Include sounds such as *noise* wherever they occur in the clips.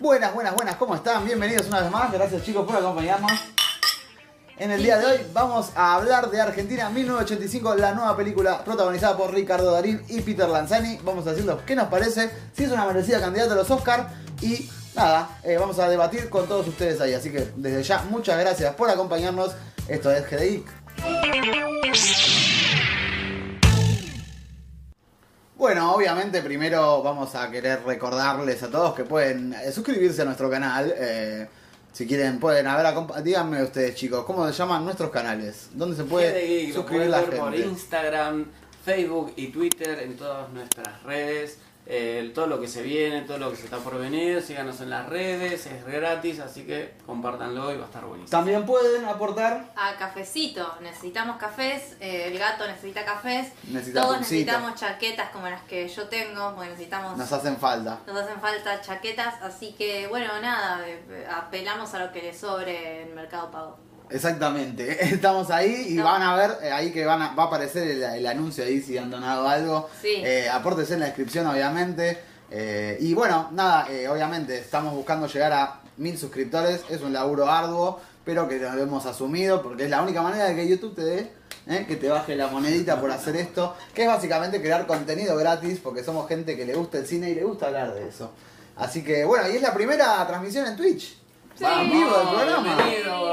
Buenas, buenas, buenas, ¿cómo están? Bienvenidos una vez más, gracias chicos por acompañarnos. En el día de hoy vamos a hablar de Argentina 1985, la nueva película protagonizada por Ricardo Darín y Peter Lanzani. Vamos a decirnos qué nos parece, si es una merecida candidata a los Oscars y nada, eh, vamos a debatir con todos ustedes ahí. Así que desde ya, muchas gracias por acompañarnos. Esto es GDI. Bueno, obviamente primero vamos a querer recordarles a todos que pueden eh, suscribirse a nuestro canal. eh, si quieren, pueden, a ver, acompa- díganme ustedes chicos, ¿cómo se llaman nuestros canales? ¿Dónde se Gente Geek, puede lo suscribir pueden la ver por gente? Instagram, Facebook y Twitter en todas nuestras redes. Eh, todo lo que se viene, todo lo que se está por venir, síganos en las redes, es gratis, así que compártanlo y va a estar buenísimo. También pueden aportar a cafecito. Necesitamos cafés, eh, el gato necesita cafés, Necesita todos pulsito. necesitamos chaquetas como las que yo tengo, porque necesitamos, Nos nos, hacen falta. hacen falta chaquetas, así que bueno, nada, eh, apelamos a lo que le sobre en Mercado Pago. Exactamente. *laughs* Estamos ahí y No. van a ver eh, ahí que van a- va a aparecer el, el anuncio ahí si han donado algo. Sí. Eh, aportes en la descripción, obviamente. Eh, y bueno, nada, eh, obviamente estamos buscando llegar a mil suscriptores. Es un laburo arduo, pero que lo hemos asumido porque es la única manera de que YouTube te dé. eh, que te baje la monedita por hacer esto, que es básicamente crear contenido gratis, porque somos gente que le gusta el cine y le gusta hablar de eso. Así que bueno, y es la primera transmisión en Twitch. Sí. En vivo del programa.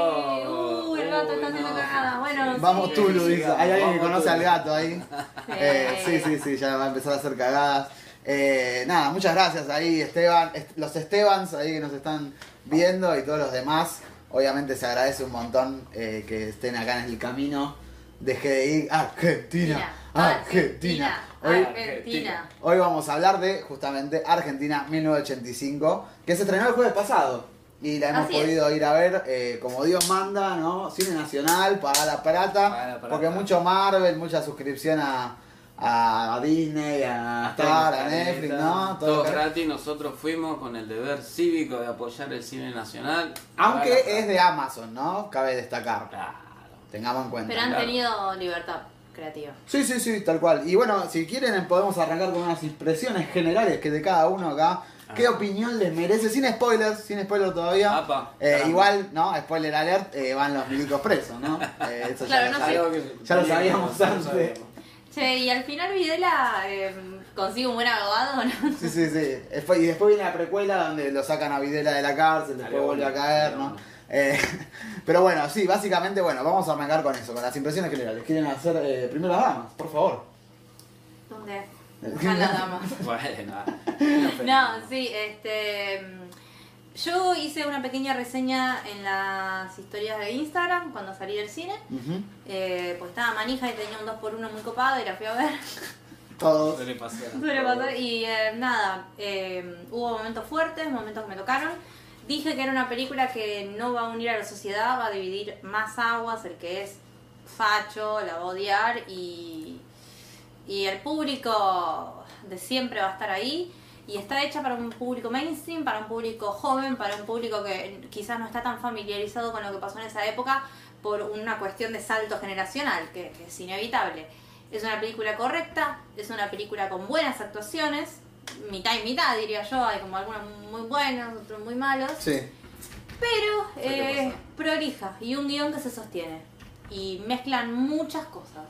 Uy, Bienvenido. Uh, el gato está haciendo cagada. Bueno, Vamos Sí, tú, sí, Lu, dice. Hay alguien que Vamos conoce tú. al gato ahí. *laughs* Eh, sí, sí, sí, ya va a empezar a hacer cagadas. Eh, nada, muchas gracias ahí, Esteban, est- los Estebans ahí que nos están viendo y todos los demás. Obviamente se agradece un montón eh, que estén acá en el camino de GDI Argentina. Argentina. Hoy, Argentina. hoy vamos a hablar de justamente Argentina 1985, que se estrenó el jueves pasado. Y la hemos Así es. podido ir a ver eh, como Dios manda, ¿no? Cine Nacional, paga la plata. Paga la plata. Porque mucho Marvel, mucha suscripción a, a Disney, a Star, a Netflix, ¿no? Todo Todo acá. gratis, nosotros fuimos con el deber cívico de apoyar el cine nacional. Aunque Ahora, es de Amazon, ¿no? Cabe destacar. Claro. Tengamos en cuenta. Pero han Claro. tenido libertad creativa. Sí, sí, sí, tal cual. Y bueno, si quieren podemos arrancar con unas impresiones generales que de cada uno acá. ¿Qué Ah. opinión les merece? Sin spoilers, sin spoiler todavía. Apa, Eh, caramba. igual, ¿no? Spoiler alert, eh, van los milicos presos, ¿no? *laughs* Eh, eso Claro, ya, lo no sabe- sé. Algo que- ya lo sabíamos Ya lo antes. sabíamos. Che, y al final Videla eh, consigue un buen abogado, *laughs* ¿no? Sí, sí, sí. Después- Y después viene la precuela donde lo sacan a Videla de la cárcel, después Dale, vuelve a bueno, caer, dale, ¿no? bueno. Eh, *laughs* pero bueno, sí, básicamente, bueno, vamos a arrancar con eso, con las impresiones generales. ¿Quieren hacer eh, primero las damas? Por favor. ¿Dónde? Ojalá la dama. *laughs* Bueno, No, sí, este. mm, Yo hice una pequeña reseña en las historias de Instagram cuando salí del cine. Ujú. Eh, pues estaba manija y tenía un 2x1 muy copado y la fui a ver. Todos. Suele pasar. Suele pasar. Y eh, nada, eh, hubo momentos fuertes, momentos que me tocaron. Dije que era una película que no va a unir a la sociedad, va a dividir más aguas, el que es facho, la va a odiar y, y el público de siempre va a estar ahí. Y está hecha para un público mainstream, para un público joven, para un público que quizás no está tan familiarizado con lo que pasó en esa época por una cuestión de salto generacional, que- que es inevitable. Es una película correcta, es una película con buenas actuaciones, mitad y mitad diría yo, hay como algunos muy buenos, otros muy malos, Sí. pero Suele eh, pasar. prolija y un guión que se sostiene. Y mezclan muchas cosas.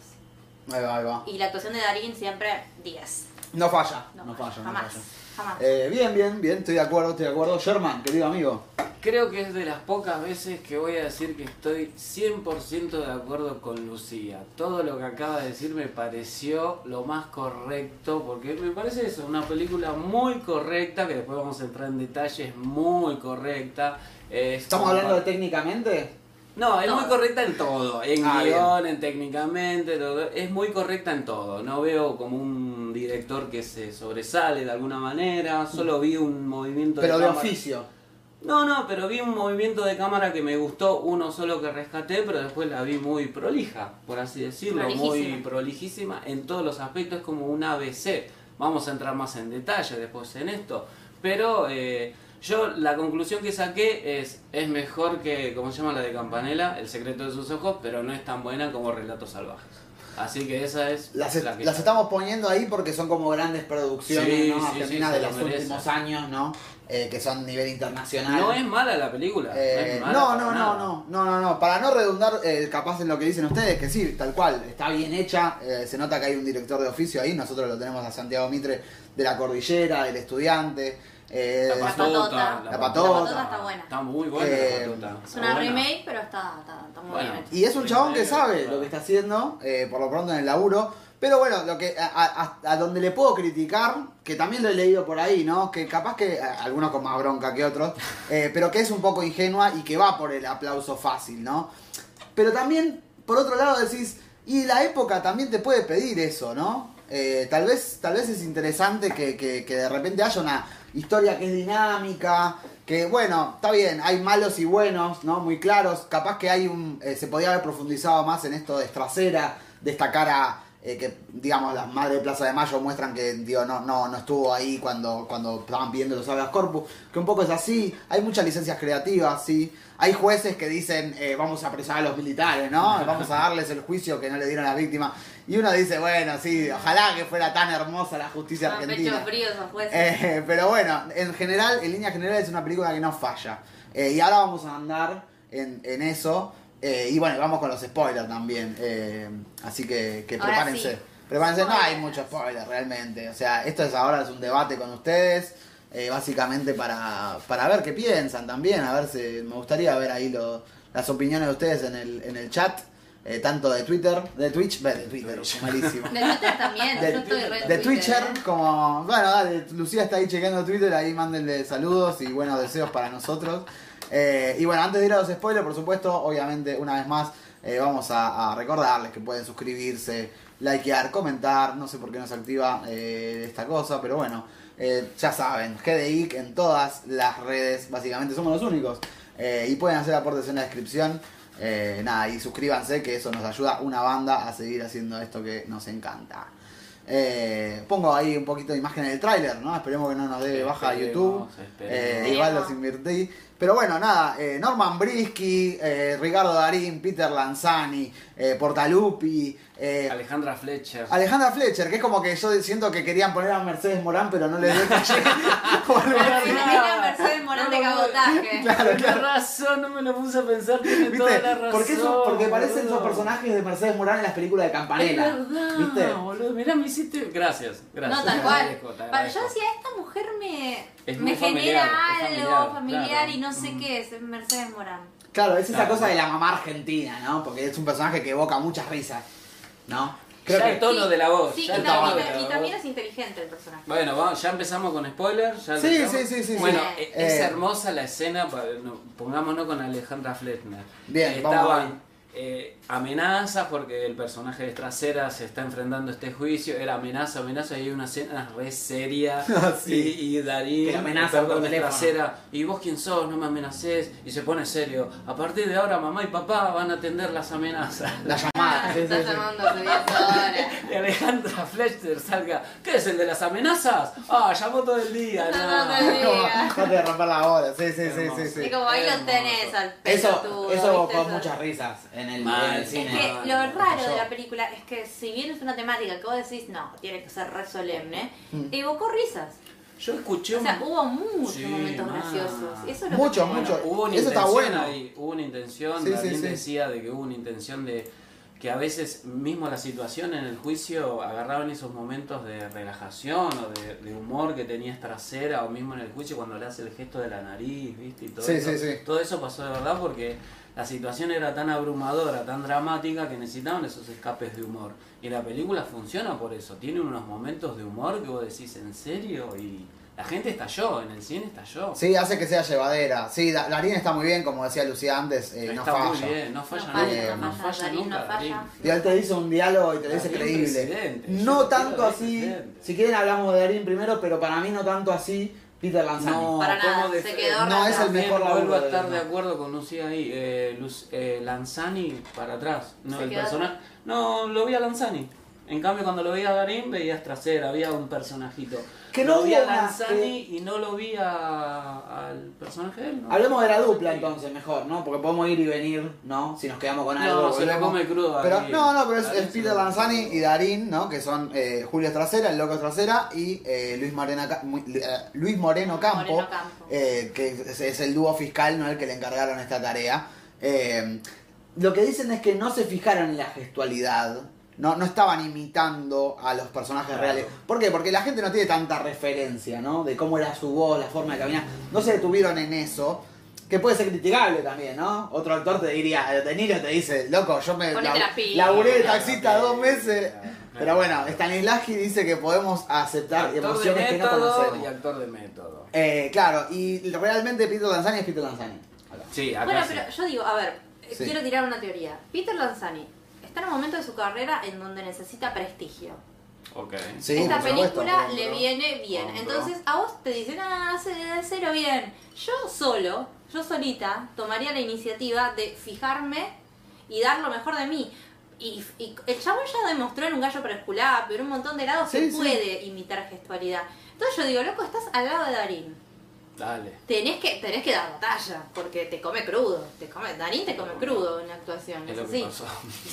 Ahí va, ahí va. Y la actuación de Darín siempre 10. No falla. No, No, falla, no jamás. falla. jamás. Eh, bien, bien, bien, estoy de acuerdo, estoy de acuerdo. Sherman, querido amigo. Creo que es de las pocas veces que voy a decir que estoy 100% de acuerdo con Lucía. Todo lo que acaba de decir me pareció lo más correcto, porque me parece eso, una película muy correcta, que después vamos a entrar en detalles, muy correcta. Eh, Es ¿Estamos como hablando de pa- técnicamente? No, es muy Todo. correcta en todo, en Ah, guión, en técnicamente, lo- es muy correcta en todo. No veo como un director que se sobresale de alguna manera, solo vi un movimiento Pero de cámara. oficio. No, no, pero vi un movimiento de cámara que me gustó, uno solo que rescaté, pero después la vi muy prolija, por así decirlo, muy Prolijísima. prolijísima en todos los aspectos, es como un ABC. Vamos a entrar más en detalle después en esto, pero eh, yo la conclusión que saqué es, es mejor que, ¿cómo se llama la de Campanella? El secreto de sus ojos, pero no es tan buena como Relatos Salvajes. Así que esa es Las, est- la que las estamos poniendo ahí porque son como grandes producciones Sí, ¿no? sí, argentinas sí, de se lo los merece. últimos años, ¿no? Eh, que son a nivel internacional. No es mala la película. Eh, es mala no, para no, no, nada. no, no, no, no. Para no redundar eh, capaz en lo que dicen ustedes, que sí, tal cual, está bien hecha, eh, se nota que hay un director de oficio ahí, nosotros lo tenemos a Santiago Mitre de la Cordillera, el estudiante, eh, La Patota, patota. La Patota. La Patota está buena. Está muy buena Eh, la patota. Es Está una buena. remake, pero está, está, está muy Bueno. bien hecho. y es un chabón que sabe Claro. lo que está haciendo, eh, por lo pronto en el laburo. Pero bueno, lo que a, a- a donde le puedo criticar, que también lo he leído por ahí, ¿no? Que capaz que a- algunos con más bronca que otros, eh, pero que es un poco ingenua y que va por el aplauso fácil, ¿no? Pero también, por otro lado, decís, y la época también te puede pedir eso, ¿no? Eh, tal, vez, tal vez es interesante que, que- que de repente haya una historia que es dinámica, que bueno, está bien, hay malos y buenos, ¿no? Muy claros. Capaz que hay un. eh, se podía haber profundizado más en esto de Estracera, destacar a. eh, que digamos las madres de Plaza de Mayo muestran que digo, no, no, no estuvo ahí cuando, cuando estaban pidiendo los habeas corpus, que un poco es así, hay muchas licencias creativas, sí, hay jueces que dicen eh, vamos a apresar a los militares, ¿no? Vamos a darles el juicio que no le dieron a las víctimas. Y uno dice, bueno, sí, ojalá que fuera tan hermosa la justicia Con Ah, pecho argentina. frío esos jueces. Eh, *laughs* pero bueno, en general, en línea general es una película que no falla. Eh, y ahora vamos a andar en, en eso. Eh, y bueno, vamos con los spoilers también. Eh, así que, que Ahora prepárense. sí. Prepárense, no hay Spoilers. muchos spoilers realmente. O sea, esto es ahora es un debate con ustedes. eh, básicamente para, para ver qué piensan también. A ver si me gustaría ver ahí lo- las opiniones de ustedes en el, en el chat. eh, tanto de Twitter, de Twitch, ve, de Twitter, Twitch. malísimo. De Twitter también, De- yo estoy re De en Twitcher, *laughs* ¿eh? como. Bueno, dale, Lucía está ahí chequeando Twitter, ahí mándenle saludos y buenos deseos para nosotros. Eh, y bueno, antes de ir a los spoilers, por supuesto, obviamente, una vez más, eh, vamos a, a recordarles que pueden suscribirse, likear, comentar. No sé por qué no se activa eh, esta cosa, pero bueno, eh, ya saben, GDIC en todas las redes, básicamente somos los únicos. Eh, y pueden hacer aportes en la descripción. Eh, nada, y suscríbanse, que eso nos ayuda una banda a seguir haciendo esto que nos encanta. Eh, pongo ahí un poquito de imagen del tráiler, ¿no? Esperemos que no nos dé baja a YouTube. Esperemos, Eh, esperemos. igual los invertí. Pero bueno, nada, eh, Norman Brisky, eh, Ricardo Darín, Peter Lanzani, eh, Portalupi, eh, Alejandra Fletcher. Alejandra Fletcher, que es como que yo siento que querían poner a Mercedes Morán, pero no le dio caché. *laughs* *laughs* O algo Pero si así. no tiene Mercedes Morán de cabotaje. Claro, Tiene razón, no me lo puse a pensar, tiene toda ¿Viste? la razón. Porque, eso, porque parecen boludo. esos personajes de Mercedes Morán en las películas de Es Campanella. verdad, ¿Viste? boludo. Mirá, me hiciste. Gracias, gracias. No, tal Te cual. agradezco, te Para, yo agradezco. decía, esta mujer me, Es me muy genera familiar, es algo familiar, familiar claro. y no sé Mm. qué es. Es Mercedes Morán. Claro, es esa Claro. cosa de la mamá argentina, ¿no? Porque es un personaje que evoca muchas risas, ¿no? Creo Ya que el tono de la voz. Sí, ya y el tono también, de la y también voz. es inteligente el personaje. Bueno, vamos, ya empezamos con spoilers. ya Sí, empezamos. sí, sí, sí, sí. Bueno, Sí. e- es Eh. hermosa la escena, pa- no, pongámonos con Alejandra Fletner. Bien, vamos Estaban ahí. eh, amenazas porque el personaje de Trasera se está enfrentando a este juicio. Era amenaza, amenaza y hay una escena re seria. *laughs* Ah, sí. y, y Darín, Que la amenazan por perdón, es teléfono. Trasera, y vos quién sos, no me amenaces. Y se pone serio. A partir de ahora mamá y papá van a atender las amenazas. La llamada. *laughs* sí, sí, está sí. llamando a su horas. Y *laughs* Alejandra Fletcher salga. ¿Qué es el de las amenazas? Ah, llamó todo el día. Todo nah. el día. Como, *laughs* no te romper la bola, sí, sí, sí, sí, Hermoso. sí. Y como ahí lo Hermoso. tenés al Eso, pelotudo, eso evocó ¿viste? muchas risas en el, Mal. en el Es cine. que No, lo no, raro yo- de la película es que si bien es una temática que vos decís, no, tiene que ser re solemne, Mm. evocó risas. Yo escuché O un... sea, hubo muchos Sí, momentos ma. graciosos. Eso es lo Muchos, que- muchos. hubo una Eso está intención bueno. ahí, hubo una intención, Sí, sí, también sí. decía de que hubo una intención de que a veces mismo la situación en el juicio agarraban esos momentos de relajación o de, de humor que tenías trasera o mismo en el juicio cuando le hace el gesto de la nariz, ¿viste? Y todo, Sí, eso. sí, sí. todo eso pasó de verdad porque la situación era tan abrumadora, tan dramática que necesitaban esos escapes de humor. Y la película funciona por eso, tiene unos momentos de humor que vos decís en serio y la gente estalló, en el cine estalló. Sí, hace que sea llevadera. Sí, Da- Darín está muy bien, como decía Lucía antes, eh, no Está muy falla. bien, no falla No falla, no nunca, no falla, falla Darín, nunca. no falla. Darín. Y él te dice un diálogo y te lo dice Darín creíble. presidente, yo No lo tanto quiero de así. presidente. Si quieren hablamos de Darín primero, pero para mí no tanto así Peter Lanzani. No, Para nada, ¿cómo se def- quedó No, rata. es el mejor También vuelvo laburo a estar de- de acuerdo con Lucía ahí. Eh, Luz- eh, Lanzani para atrás. No, Se el quedó personaje. No, lo vi a Lanzani. En cambio, cuando lo veía a Darín, veías trasera, había un personajito. Que no lo vi a hubo una- Lanzani y no lo vi a, al personaje de él. ¿no? Hablemos de la dupla Sí. entonces, mejor, ¿no? Porque podemos ir y venir, ¿no? Si nos quedamos con algo. No, se la volvemos. come cruda. Pero, aquí. no, no, pero es, Darín es se Peter la- Lanzani y Darín, ¿no? Que son eh, Julio Trasera, el Loco Trasera y eh, Luis, Morena Ca- Mu- eh, Luis Moreno Campo, Moreno Campo. eh, que es, es el dúo fiscal, ¿no? El que le encargaron esta tarea. Eh, Lo que dicen es que no se fijaron en la gestualidad. actualidad. No, no estaban imitando a los personajes Claro. reales. ¿Por qué? Porque la gente no tiene tanta Tanta referencia, ¿no? De cómo era su voz, la forma de caminar. no se detuvieron en eso. Que puede ser criticable también, ¿no? Otro actor te diría, eh, De Niro te dice. Dice, loco, yo me Ponete las pilas. laburé de Ponete las taxista Ah, dos meses. Pero bueno, Stanislavski dice que podemos aceptar Actor de emociones que no método y conocemos. actor de método. Eh, claro, y realmente Peter Lanzani es Peter Lanzani. Sí, acá Bueno, sí. pero yo digo, a ver, eh, Sí. quiero tirar una teoría. Peter Lanzani está en un momento de su carrera en donde necesita prestigio. Ok. Sí, Esta por supuesto. película compro, le viene bien. compro. Entonces a vos te dicen, ah, hace cero bien. Yo solo, yo solita, tomaría la iniciativa de fijarme y dar lo mejor de mí. Y, y el chabón ya demostró en un gallo para escular, pero en un montón de lados Sí, se sí. puede imitar gestualidad. Entonces yo digo, loco, estás al lado de Darín. Dale. Tenés que, tenés que dar batalla, porque te come crudo. Te come, Darín te come crudo en la actuación. Es Es lo que así. *laughs* pasó.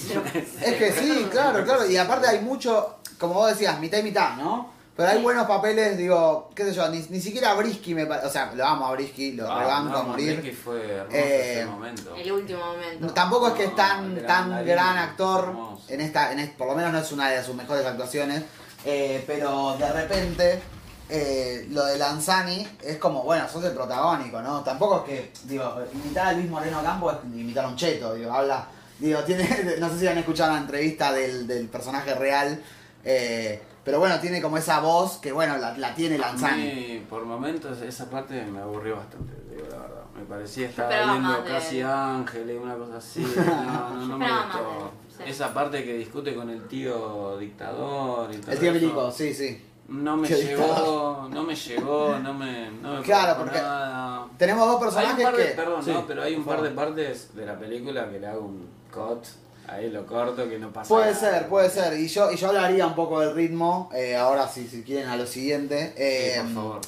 Pero- Es que *laughs* sí, claro, claro. Y aparte hay mucho, como vos decías, mitad y mitad, ¿no? Pero hay buenos papeles, digo, qué sé yo, ni, ni siquiera Brisky me parece. O sea, lo amo a Brisky, lo Ah, rebanco no, a morir. Ricky fue hermoso Eh, ese momento. El último momento. No, Tampoco es que es No, tan, gran tan Darín, gran actor. hermoso. En esta, en es- por lo menos no es una de sus mejores actuaciones. eh, pero de repente, eh, lo de Lanzani es como, bueno, sos el protagónico, ¿no? Tampoco es que, digo, imitar a Luis Moreno Campo es imitar a un cheto, digo, habla. Digo, *laughs* tiene, no sé si han escuchado la entrevista del, del personaje real. eh, pero bueno, tiene como esa voz que, bueno, la, la tiene A Lanzani. mí, por momentos, esa parte me aburrió bastante, te digo la verdad. Me parecía estar esperaba viendo más de casi él. ángeles, una *laughs* cosa así. No, no, no me esperaba más gustó. de él, sí. Esa parte que discute con el tío dictador y todo El tío eso, Milico, sí, sí. No me Tío llegó, no me llegó, no me, no me Claro, provocó porque nada. Tenemos dos Hay un personajes par de, que. perdón, Sí, no, pero hay un por par de favor. partes de la película que le hago un cut, ahí lo corto, que no pasa Puede nada. ser, puede ser. Y yo, y yo hablaría un poco del ritmo, eh, ahora si, si quieren a lo siguiente. Sí, Eh, por favor.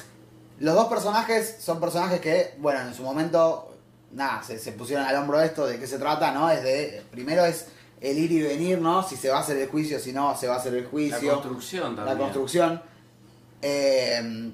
Los dos personajes son personajes que, bueno, en su momento, nada, se, se pusieron al hombro esto, de qué se trata, ¿no? Es de, primero es el ir y venir, ¿no? Si se va a hacer el juicio, si no, se va a hacer el La juicio. construcción La también. construcción. Eh,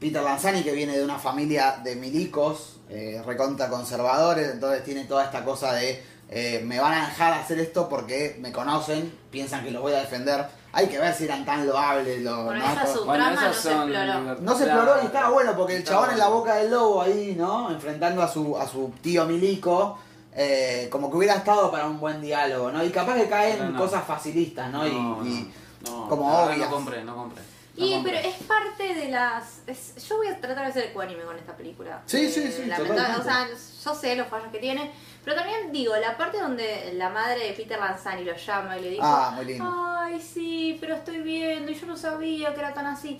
Peter Lanzani, que viene de una familia de milicos, eh, recontra conservadores, entonces tiene toda esta cosa de eh, me van a dejar hacer esto porque me conocen, piensan que los voy a defender. Hay que ver si eran tan loables los. Bueno, ¿no? esa es su- Bueno, trama esas no se son exploró. libertad- No se exploró y estaba bueno porque el Estaba chabón en la bueno. boca del lobo ahí, ¿no? Enfrentando a su, a su tío milico. eh, como que hubiera estado para un buen diálogo, ¿no? Y capaz que caen Pero no. cosas facilistas, ¿no? Y- No, y, no, no, como la verdad obvias. No compré, no compré. no Y, compré. pero es parte de las. es- yo voy a tratar de ser ecuánime con esta película. Sí, sí, sí, lamentable- O sea, totalmente. yo sé los fallos que tiene. Pero también digo, la parte donde la madre de Peter Lanzani lo llama y le dice: Ah, muy lindo. Ay, sí, pero estoy viendo y yo no sabía que era tan así.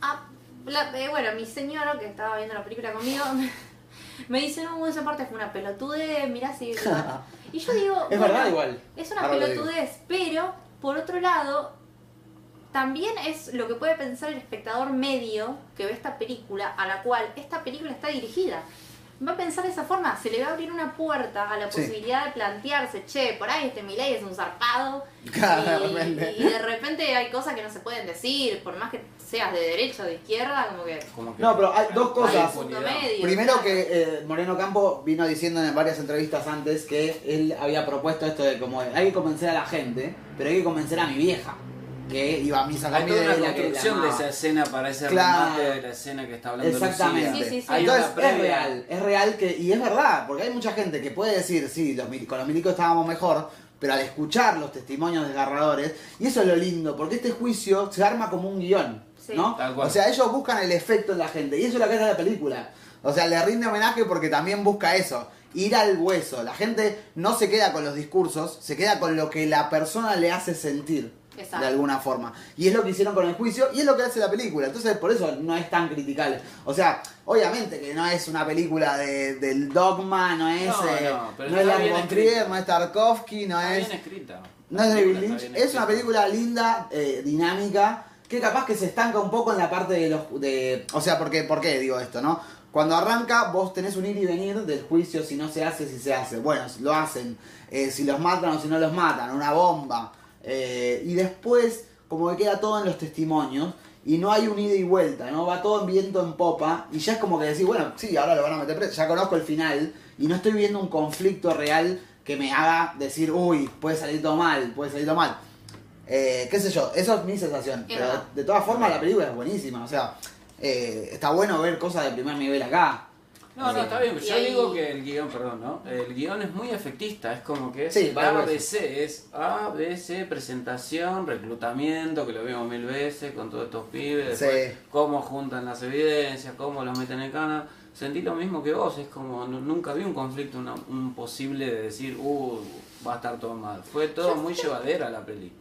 Ah, la- eh, bueno, mi señora que estaba viendo la película conmigo. *laughs* Me dice, no, esa parte fue una pelotude, mirá *laughs* si... Y yo digo... Es bueno, verdad, igual. es una Ahora lo digo. pelotudez, pero por otro lado, también es lo que puede pensar el espectador medio que ve esta película, a la cual esta película está dirigida. Va a pensar de esa forma, se le va a abrir una puerta a la Sí. posibilidad de plantearse, che, por ahí este Milei es *laughs* un zarpado. Claro, y, de repente. y de repente hay cosas que no se pueden decir, por más que seas de derecha o de izquierda, como que. Como que- No, pero hay dos hay cosas. un punto medio. Primero que eh, Moreno Campo vino diciendo en varias entrevistas antes que él había propuesto esto de como hay que convencer a la gente, pero hay que convencer a mi vieja, que iba a misa Hay conmigo toda y una es la que la construcción de amaba. esa escena para ese Claro. remate de la escena que está hablando Exactamente. Lucía. Sí, sí, sí. Hay Entonces una es previa. real, es real que, y es verdad, porque hay mucha gente que puede decir, sí, los mil- con los milicos estábamos mejor, pero al escuchar los testimonios desgarradores, y eso es lo lindo, porque este juicio se arma como un guión, Sí. ¿no? Tal cual. O sea, ellos buscan el efecto en la gente, y eso es lo que hace la película. O sea, le rinde homenaje porque también busca eso, ir al hueso. La gente no se queda con los discursos, se queda con lo que la persona le hace sentir. Exacto. De alguna forma. Y es lo que hicieron con el juicio y es lo que hace la película. Entonces, por eso no es tan criticable. O sea, obviamente que no es una película de- del dogma, no es. No, eh, no, pero no está es la bien escrita. no es Tarkovsky, no Está es. bien escrita. No es La David película Lynch. está bien Es una escrita. película linda, eh, dinámica, que capaz que se estanca un poco en la parte de los. De, o sea, ¿por qué, ¿por qué digo esto, no? Cuando arranca, vos tenés un ir y venir del juicio si no se hace, si se hace. Bueno, si lo hacen, eh, si los matan o si no los matan, una bomba. Eh, y después, como que queda todo en los testimonios y no hay un ida y vuelta, ¿no? Va todo en viento en popa y ya es como que decís, bueno, sí, ahora lo van a meter preso, ya conozco el final y no estoy viendo un conflicto real que me haga decir, uy, puede salir todo mal, puede salir todo mal. Eh, qué sé yo, eso es mi sensación. Es Pero verdad. de todas formas la película es buenísima, o sea, eh, está bueno ver cosas de primer nivel acá. No, no, está bien. Y Yo ahí- digo que el guión, perdón, ¿no? El guión es muy efectista, es como que es Sí, la varias ABC, es A, B, C, presentación, reclutamiento, que lo vimos mil veces con todos estos pibes, después Sí. cómo juntan las evidencias, cómo los meten en cana. Sentí lo mismo que vos, es como nu- nunca vi un conflicto, una- un posible de decir, uh, va a estar todo mal. Fue todo muy llevadera la peli.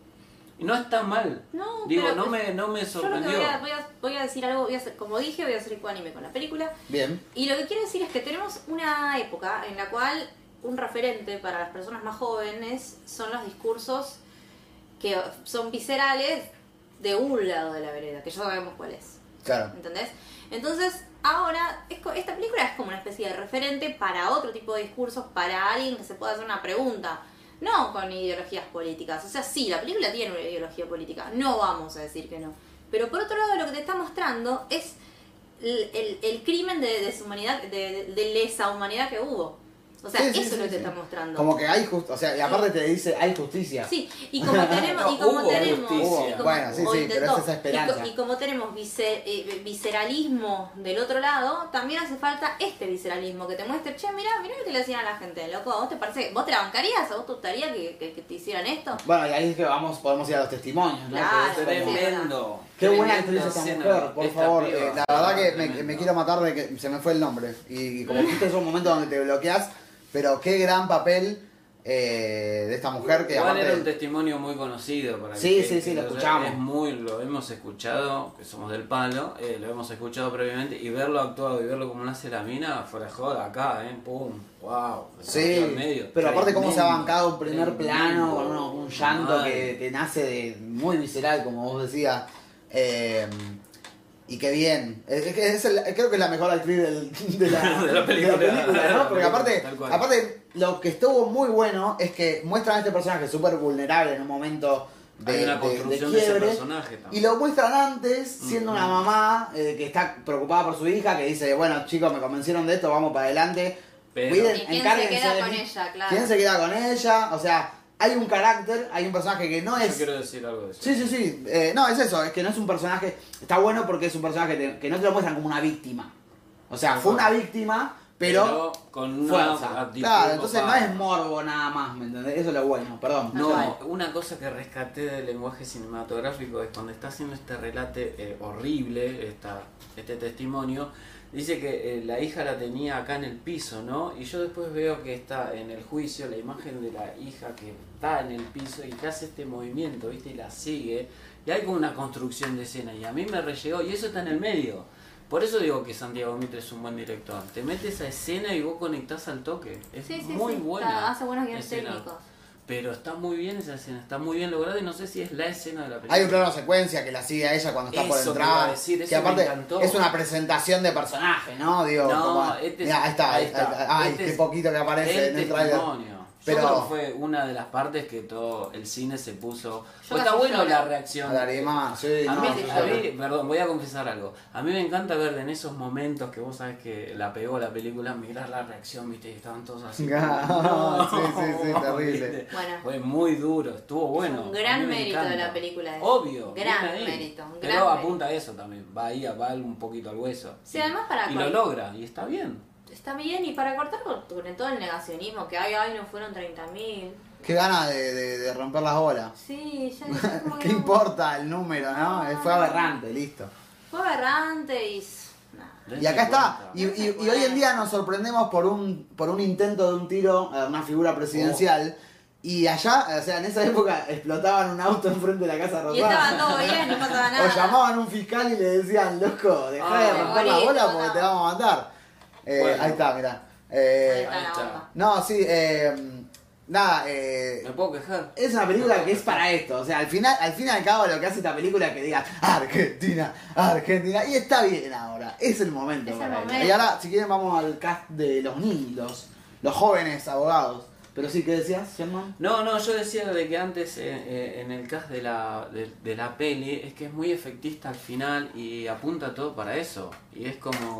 Y no está mal. No, digo, pero- pues, no me, no me Yo lo que sorprendió. voy a, voy a- voy a decir algo, voy a ser- como dije, voy a ser ecuánime con la película. Bien. Y lo que quiero decir es que tenemos una época en la cual un referente para las personas más jóvenes son los discursos que son viscerales de un lado de la vereda, que ya sabemos cuál es. Claro. ¿Entendés? Entonces, ahora, es co- esta película es como una especie de referente para otro tipo de discursos, para alguien que se pueda hacer una pregunta. No con ideologías políticas. O sea, sí, la película tiene una ideología política. No vamos a decir que no. Pero por otro lado, lo que te está mostrando es el, el- el crimen de, deshumanidad, de, de- de lesa humanidad que hubo. O sea, Sí, sí, eso es sí, lo que te sí. está mostrando. Como que hay justicia, o sea, y aparte te dice, hay justicia. Sí, y como tenemos, y *laughs* No, como hubo tenemos, justicia. y como- Bueno, sí, o sí, pero intentó, es esa esperanza. Y, co- y como tenemos vice- eh, visceralismo del otro lado, también hace falta este visceralismo que te muestre, che, mirá, mirá lo que le hacían a la gente, loco, ¿a ¿vos te parece, vos te la bancarías, a vos te gustaría que, que- que te hicieran esto? Bueno, y ahí es que vamos, podemos ir a los testimonios, ¿no? Claro. Que es como- Tremendo. Qué buena Tremenda actriz esta escena, mujer, por esta favor. piba. Eh, la verdad que me, Tremendo. me quiero matar de que se me fue el nombre. Y *laughs* como viste es un momento donde te bloqueas, pero qué gran papel eh, de esta mujer que Igual era un aparte... testimonio muy conocido para Sí, que- sí, sí, que lo o sea, escuchamos. Es muy, lo hemos escuchado, que somos del palo, eh, lo hemos escuchado previamente y verlo actuado y verlo como nace la mina, fuera de joda, acá, ¿eh? ¡Pum! ¡Wow! Sí, pero aparte cómo se ha bancado un primer plano con uno- un llanto que, que nace de muy visceral, como vos decías. Eh, y qué bien. Es, es que es el- creo que es la mejor actriz del- de, la, *laughs* De la película. de la película, ¿no? Porque aparte, Tal cual. aparte, lo que estuvo muy bueno es que muestran a este personaje súper vulnerable en un momento de, Hay una de- de construcción de, ese quiebre. personaje Y también. lo muestran antes, siendo Mm. una mamá eh, que está preocupada por su hija, que dice, bueno chicos, me convencieron de esto, vamos para adelante. Pero- Cuiden, ¿Y quién se encárguense queda de con mí". ella? Claro. ¿Quién se queda con ella? O sea, hay un carácter, hay un personaje que no Yo es... quiero decir algo de eso. Sí, sí, sí. Eh, no, es eso, es que no es un personaje... Está bueno porque es un personaje que, te- que no te lo muestran como una víctima. O sea, fue una víctima, pero... con una fuerza. actitud Claro, entonces no copada. es morbo nada más, ¿me entendés? Eso es lo bueno, perdón. No, eh, una cosa que rescaté del lenguaje cinematográfico es cuando está haciendo este relate eh, horrible, esta, este testimonio, dice que eh, la hija la tenía acá en el piso, ¿no? Y yo después veo que está en el juicio la imagen de la hija que está en el piso y que hace este movimiento, ¿viste? Y la sigue. Y hay como una construcción de escena y a mí me rellegó y eso está en el medio. Por eso digo que Santiago Mitre es un buen director. Te metes a escena y vos conectás al toque. Es Sí, sí, muy sí, buena. está- hace buenos guiones escena. técnicos. Pero está muy bien esa escena, está muy bien lograda y no sé si es la escena de la película. Hay un plano secuencia que la sigue a ella cuando está por Eso te entrar. iba a decir, eso que me aparte encantó. es una presentación de personaje, ¿no? Digo, No, como- este es- mirá, ahí está, ahí ahí está. está. Ay, Este qué es- este poquito que aparece el en el trailer. testimonio. Pero- Yo creo que fue una de las partes que todo el cine se puso. Pues está casi bueno lloro. la reacción. Larimar, sí, A no, mí, sí, a sí. mí- perdón, voy a confesar algo. A mí me encanta ver en esos momentos que vos sabes que la pegó la película, mirar la reacción, viste, y estaban todos así. *laughs* Ah, sí, sí, *laughs* sí, terrible. ¿viste? Bueno. Fue muy duro, estuvo bueno. un a gran mí me mérito de encanta. la película esa. Obvio. Gran bien ahí. mérito, un Pero gran apunta a eso también, va ahí, va un poquito al hueso. Sí, además para Y lo con- logra, y está bien. Está bien, y para cortar con, con todo el negacionismo que hay, ay, no fueron 30.000. Qué ganas de, de- de romper las bolas. Sí, ya *laughs* ya como ¿Qué que no- importa el número, no? Eh, Fue aberrante, listo. Fue aberrante y... s- nada. Y acá está. Y, Dense y- y hoy en día nos sorprendemos por un, por un intento de un tiro a una figura presidencial. Oh. Y allá, o sea, en esa época explotaban un auto *laughs* enfrente de la Casa Rosada. Y estaba todo bien, no pasaba nada. *laughs* O llamaban a un fiscal y le decían, loco, dejá Ah, de romper la morí, bola no, porque no. te vamos a matar. Eh, Bueno. Ahí está, mirá. Eh, Ahí está la Ahí está. bomba. no, sí, eh, nada, eh, ¿Me puedo quejar? Es una película que es para esto, o sea, al final, al fin y al cabo lo que hace esta película es que diga Argentina, Argentina, y está bien ahora, es el momento Es el para ello. momento. Y ahora, si quieren, vamos al cast de los niños, los, los jóvenes abogados. Pero sí, ¿qué decías, Germán? No, no, yo decía de que antes eh, eh, en el cast de la, de, de la peli es que es muy efectista al final y apunta todo para eso. Y es como,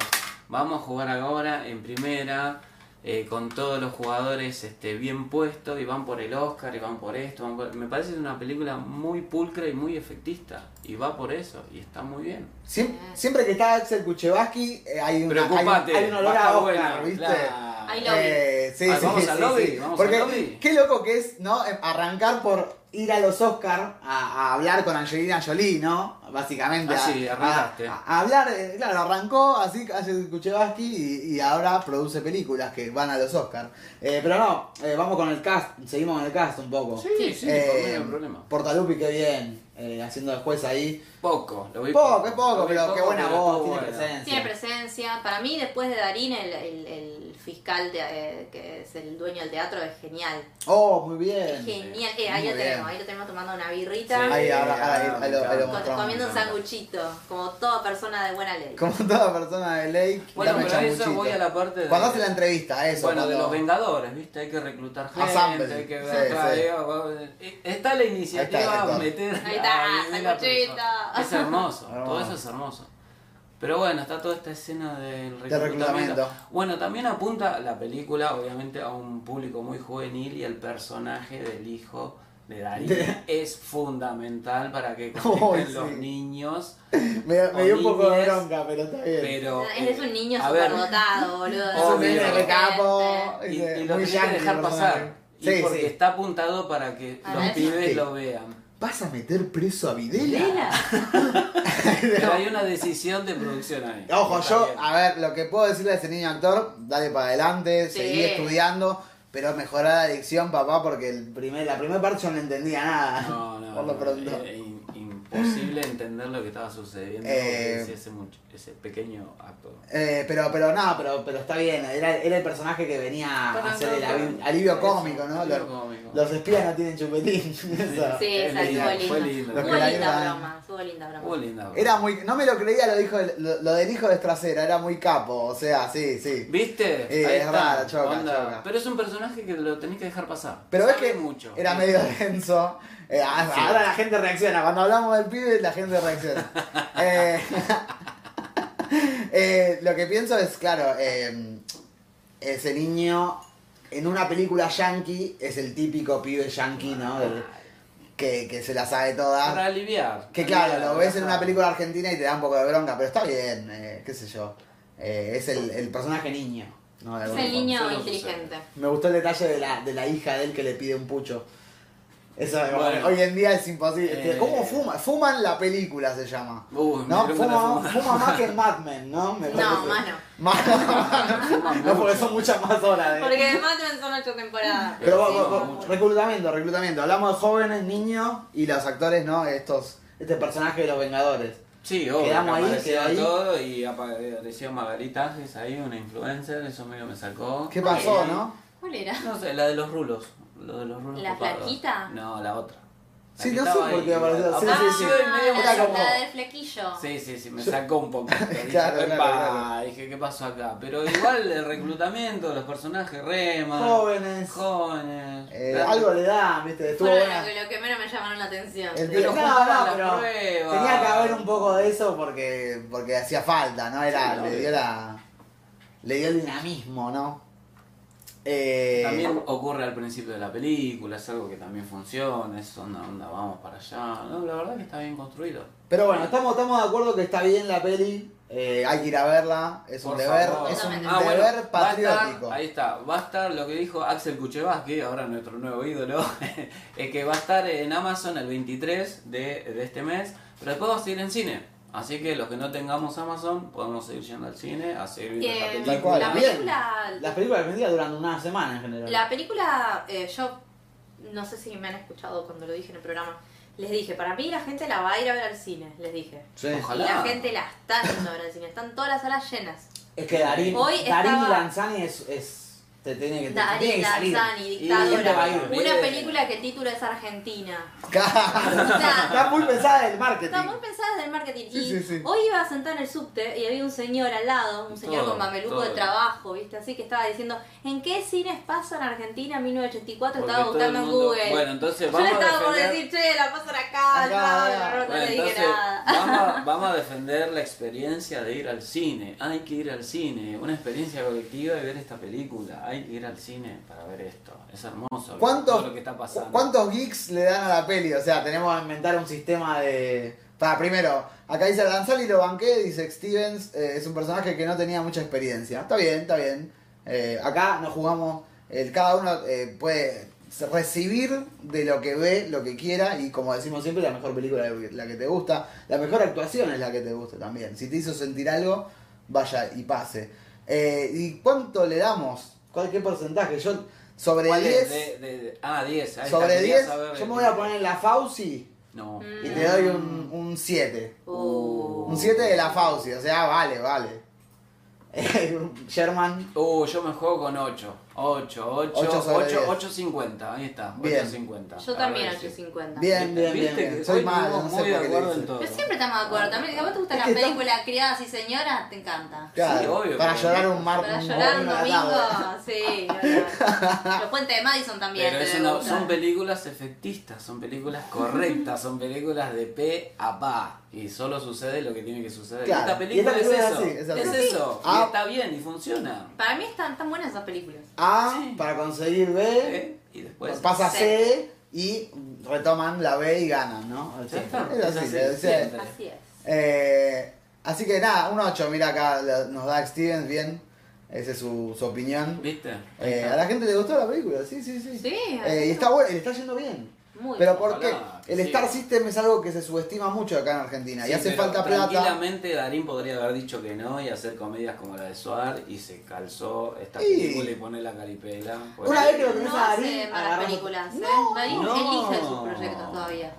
vamos a jugar ahora en primera, eh, con todos los jugadores este, bien puestos y van por el Oscar y van por esto. van por- Me parece una película muy pulcra y muy efectista. Y va por eso y está muy bien. Siem- siempre que está Axel Kuchevaski, eh, hay, una, hay, un- Preocupate, hay un olor va a a estar Oscar, buena, ¿viste? claro. Hay lobby. Eh, sí, Ah, sí, vamos sí, al sí, lobby, sí. vamos Porque al lobby. qué loco que es, ¿no? Em, Arrancar por ir a los Oscar a, a hablar con Angelina Jolie, ¿no? Básicamente. Ah, a- sí, a, arrancaste. a- a hablar, eh, claro, arrancó así Axel Kuchevaski y, y ahora produce películas que van a los Oscar. Eh, pero no, eh, vamos con el cast, seguimos con el cast un poco. Sí, sí, por mí no Eh, hay problema. Portalupi, qué bien, eh, haciendo de juez ahí. Poco, lo vi Poco, es Lo poco, vi pero qué buena pero voz, estuvo tiene bueno. presencia. Tiene presencia. Para mí, después de Darín, el, el- el fiscal de- eh, que es el dueño del teatro es genial. Oh, muy bien. Es genial. Eh, ahí Muy lo bien. tenemos, ahí lo tenemos tomando una Sí, birrita. Ahí, ahora, ahora, ahí, ahí lo- ahí lo con- co- mostramos. comiendo un encanta. sanguchito, como toda persona de buena ley. Como toda persona de ley, Bueno, dame pero a eso chambuchito. voy a la parte de... Cuando hace la entrevista, eso. Bueno, de cuando- los Vengadores, ¿viste? Hay que reclutar gente, Ensemble. hay que Sí, ver, claro, sí. digo, eh, Está la iniciativa Ahí está, ahí está. a meter. Ahí está, ah, a vivir la sanguchito. persona. *laughs* Es hermoso, todo Hermoso. eso es hermoso. Pero bueno, está toda esta escena del reclutamiento. Del reclutamiento. Bueno, también apunta la película, obviamente, a un público muy juvenil y el personaje del hijo de Darín De- es fundamental *laughs* para que Oh, conecten los sí. niños. Me, me dio un poco de Olivies. bronca, pero está bien. Pero. Es un niño a ver, *laughs* superdotado, boludo. es un obvio. nene Gente. recapo. y, dice, y lo muy tenés que yankee dejar el pasar. personaje. Y Sí, porque sí. está apuntado para que Ah, A los ver. pibes Sí. *laughs* lo vean. ¿Vas a meter preso a Videla? Mira. Pero hay una decisión de producción ahí. Ojo, Está yo, ah, bien. a ver, lo que puedo decirle a ese niño actor, dale para adelante, Sí. seguí estudiando, pero mejorar la adicción, papá, porque el primer, la primera parte yo no entendía nada. No, *laughs* no, Por lo no, eh, pronto. era in- imposible entender lo que estaba sucediendo Eh. porque ese, much- ese pequeño actor. Eh, pero, pero no, pero, pero está bien, era, era el personaje que venía a Ah, hacer el avi- Eso, alivio cómico, ¿no? alivio Los- cómico. Los espías no tienen chupetín. *laughs* eso. Sí, Es esa lindo, estuvo fue linda. Lo lindo. que Estuvo la linda gran- broma, estuvo linda Estuvo broma. linda. Era muy. No me lo creía lo, dijo el- lo, lo del hijo de Stracera, era muy capo, o sea, sí, sí. ¿Viste? Eh, Ahí es está, raro, choca, onda. choca. Pero es un personaje que lo tenés que dejar pasar. Pero ves Sabe que mucho. era medio denso. Eh, a- Sí. Ahora la gente reacciona, cuando hablamos del pibe, la gente *laughs* reacciona. Eh, *laughs* eh, lo que pienso es, claro, eh, ese niño en una película yankee es el típico pibe yankee, ¿no? Del- que, que se la sabe toda. Para aliviar. Que claro, aliviar, lo ves en relajar. una película argentina y te da un poco de bronca, pero está bien, eh, qué sé yo. Eh, es el, el personaje niño. ¿no? De Es alguna el forma. niño Solo inteligente. Me gustó el detalle de la, de la hija de él que le pide un pucho. Eso Bueno. bueno, hoy en día es imposible. Este, Eh. ¿Cómo fuma? Fuman la película se llama. Uy, ¿No? me Fuma, fuma, fuma más que en Mad Men, ¿no? Me No, parece. más no. Más- *laughs* no, porque son muchas más horas. de- Porque además son ocho temporadas. Pero Sí, vos- vos- no, vos- mucho. reclutamiento, reclutamiento. Hablamos de jóvenes, niños y los actores, ¿no? Estos, este personaje de los Vengadores. Sí, obvio, Quedamos que ahí, apareció quedó ahí. todo y apareció Margarita Ajes ahí, una influencer, eso medio me sacó. ¿Qué pasó, Ay. no? ¿Cuál era? No sé, la de los rulos. Lo de los rulos ¿La copados. flaquita? No, la otra. La Sí, que no sé estaba por ahí, qué apareció. Sí, sí, sí. apareció y medio Era me Ah, sacó. como- la del flequillo. Sí, sí, sí, me sacó *laughs* un poco. Claro, claro, claro. Dije, ¿qué pasó acá? Pero igual el reclutamiento, los personajes reman. Jóvenes. Jóvenes. Eh, Claro. algo le da, viste, estuvo Fueron buena. lo, que- lo que menos me llamaron la atención. El Pero no, jugaban no, la pero prueba. tenía que haber un poco de eso porque, porque hacía falta, ¿no? Era, Sí, le obvio. dio la. Le dio el dinamismo, ¿no? Eh, También ocurre al principio de la película, es algo que también funciona, es onda, onda, vamos para allá. No, la verdad que está bien construido. Pero bueno, estamos, estamos de acuerdo que está bien la peli. eh, hay que ir a verla. Es un Por deber, favor. es un Totalmente. Ah, bueno, deber va a estar- patriótico. ahí está, va a estar lo que dijo Axel Kuchevaski, ahora nuestro nuevo ídolo, *laughs* es que va a estar en Amazon el 23 de, de este mes, pero después va a seguir en cine. Así que los que no tengamos Amazon podemos seguir yendo al cine a seguir viendo Eh, la película. Tal cual, la bien. película Las películas argentinas duran una semana en general. La película, eh, yo no sé si me han escuchado cuando lo dije en el programa. Les dije, para mí la gente la va a ir a ver al cine, les dije. Sí. Y Ojalá. la gente la está yendo a ver al cine, están todas las salas llenas. Es que Darín, Hoy Darín estaba- y Lanzani es, es Te tiene que, te Dani, tiene que salir. Dani, Y gente va a dictadora. ir. Una Bien. película que título *laughs* es Argentina. Claro. O sea, Está muy pensada el marketing. Está muy pensada desde el marketing. Sí, y sí, sí. hoy iba a sentar en el subte y había un señor al lado, un señor Todo, con mameluco de todo. trabajo, ¿viste? Así que estaba diciendo, ¿en qué cines pasa en Argentina 1984? Porque estaba todo el buscando en mundo- Google. Bueno, entonces Yo vamos le a estaba por defender- decir, che, la pasan acá, Acá, bla, bla, bla, no Bueno, le dije entonces nada. vamos, *laughs* a- vamos a defender la experiencia de ir al cine. Hay que ir al cine, una experiencia colectiva y ver esta película. Hay que ir al cine para ver esto. Es hermoso. ¿Cuántos, todo lo que está pasando. cu- ¿Cuántos geeks le dan a la peli? O sea, tenemos que inventar un sistema de. Para, primero, acá dice Lanzali lo banqué, dice Stevens, eh, es un personaje que no tenía mucha experiencia. Está bien, está bien. Eh, acá nos jugamos, el, cada uno eh, puede se- recibir de lo que ve, lo que quiera, y como decimos siempre, la mejor película es la que te gusta, la mejor actuación es la que te gusta también. Si te hizo sentir algo, vaya y pase. Eh, ¿Y cuánto le damos? ¿Cuál, ¿Qué porcentaje? Yo sobre ¿Cuál es? 10... De- de- de- ah, 10. ahí está, Sobre quería 10, saber yo el- me voy a poner la Fauci No. Mm. y te doy un 7. Uh. Un 7 de la Fauci, o sea, vale, vale. *laughs* Sherman, Uh, yo me juego con 8. 8, 8, Ocho 8, sobre 10. 50. Ahí está, Bien. 850. Yo también, 850. bien, bien, bien. Viste que bien. Soy hoy malo, estuvimos no sé muy de por qué le acuerdo en dicen. todo. Pero siempre estamos de acuerdo. También, ¿a vos te gustan Es las que está- películas criadas y señoras? Te encanta. Claro, Sí, obvio, para pero- llorar un mar Para un llorar un domingo a la tarde. domingo, sí. *laughs* verdad. Los puentes de Madison también. Pero te eso debe no- gustar. son películas efectistas, son películas correctas, son películas de P a pa. Y solo sucede lo que tiene que suceder. Claro, Y esta y película esta película es eso. es es así, es así. eso. Ah. Y está bien y funciona. Para mí están tan buenas esas películas. A Sí. para conseguir B, ¿Eh? Y después. pasa Sí. C y retoman la B y ganan, ¿no? Ya está, Es así, es así, es así. siempre. Así es. Eh, así que nada, un 8, mira acá la- nos da Stevens, bien. Esa es su, su opinión. ¿Viste? Ahí Eh, está. a la gente le gustó la película, sí, sí, sí. Sí, Eh, y está bueno, y le está yendo bien. muy Pero bien. ¿por qué? Ojalá que El siga. Star System es algo que se subestima mucho acá en Argentina y Sí, hace pero falta plata. Tranquilamente Darín podría haber dicho que no y hacer comedias como la de Suar y se calzó esta Y- película y pone la caripela. pues. Por Una ahí. vez que lo tenés No a Darín, hace malas agarramos- películas, ¿eh? No. Darín No. elige sus proyectos todavía.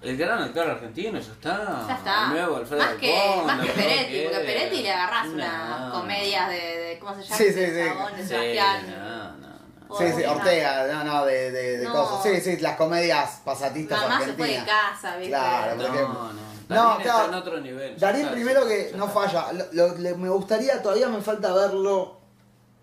El gran actor argentino, ya está. Ya está. El nuevo Alfredo más del que, Pond, más que Alfredo Peretti, porque a Keller. Peretti le agarrás unas No. comedias de, de- ¿Cómo se llama? Sí, sí, De sí. Sabón, de Sí, Sebastián. no, no, no. Sí, sí, Ortega. Ortega, no, no, de, de, de No. cosas. Sí, sí, las comedias pasatistas Mamá se fue de argentinas. casa, ¿viste? Claro, por No, ejemplo. no. No, Darín claro. está en otro nivel. ya Darín está, primero ya que está. no falla. Lo- lo- le- me gustaría, todavía me falta verlo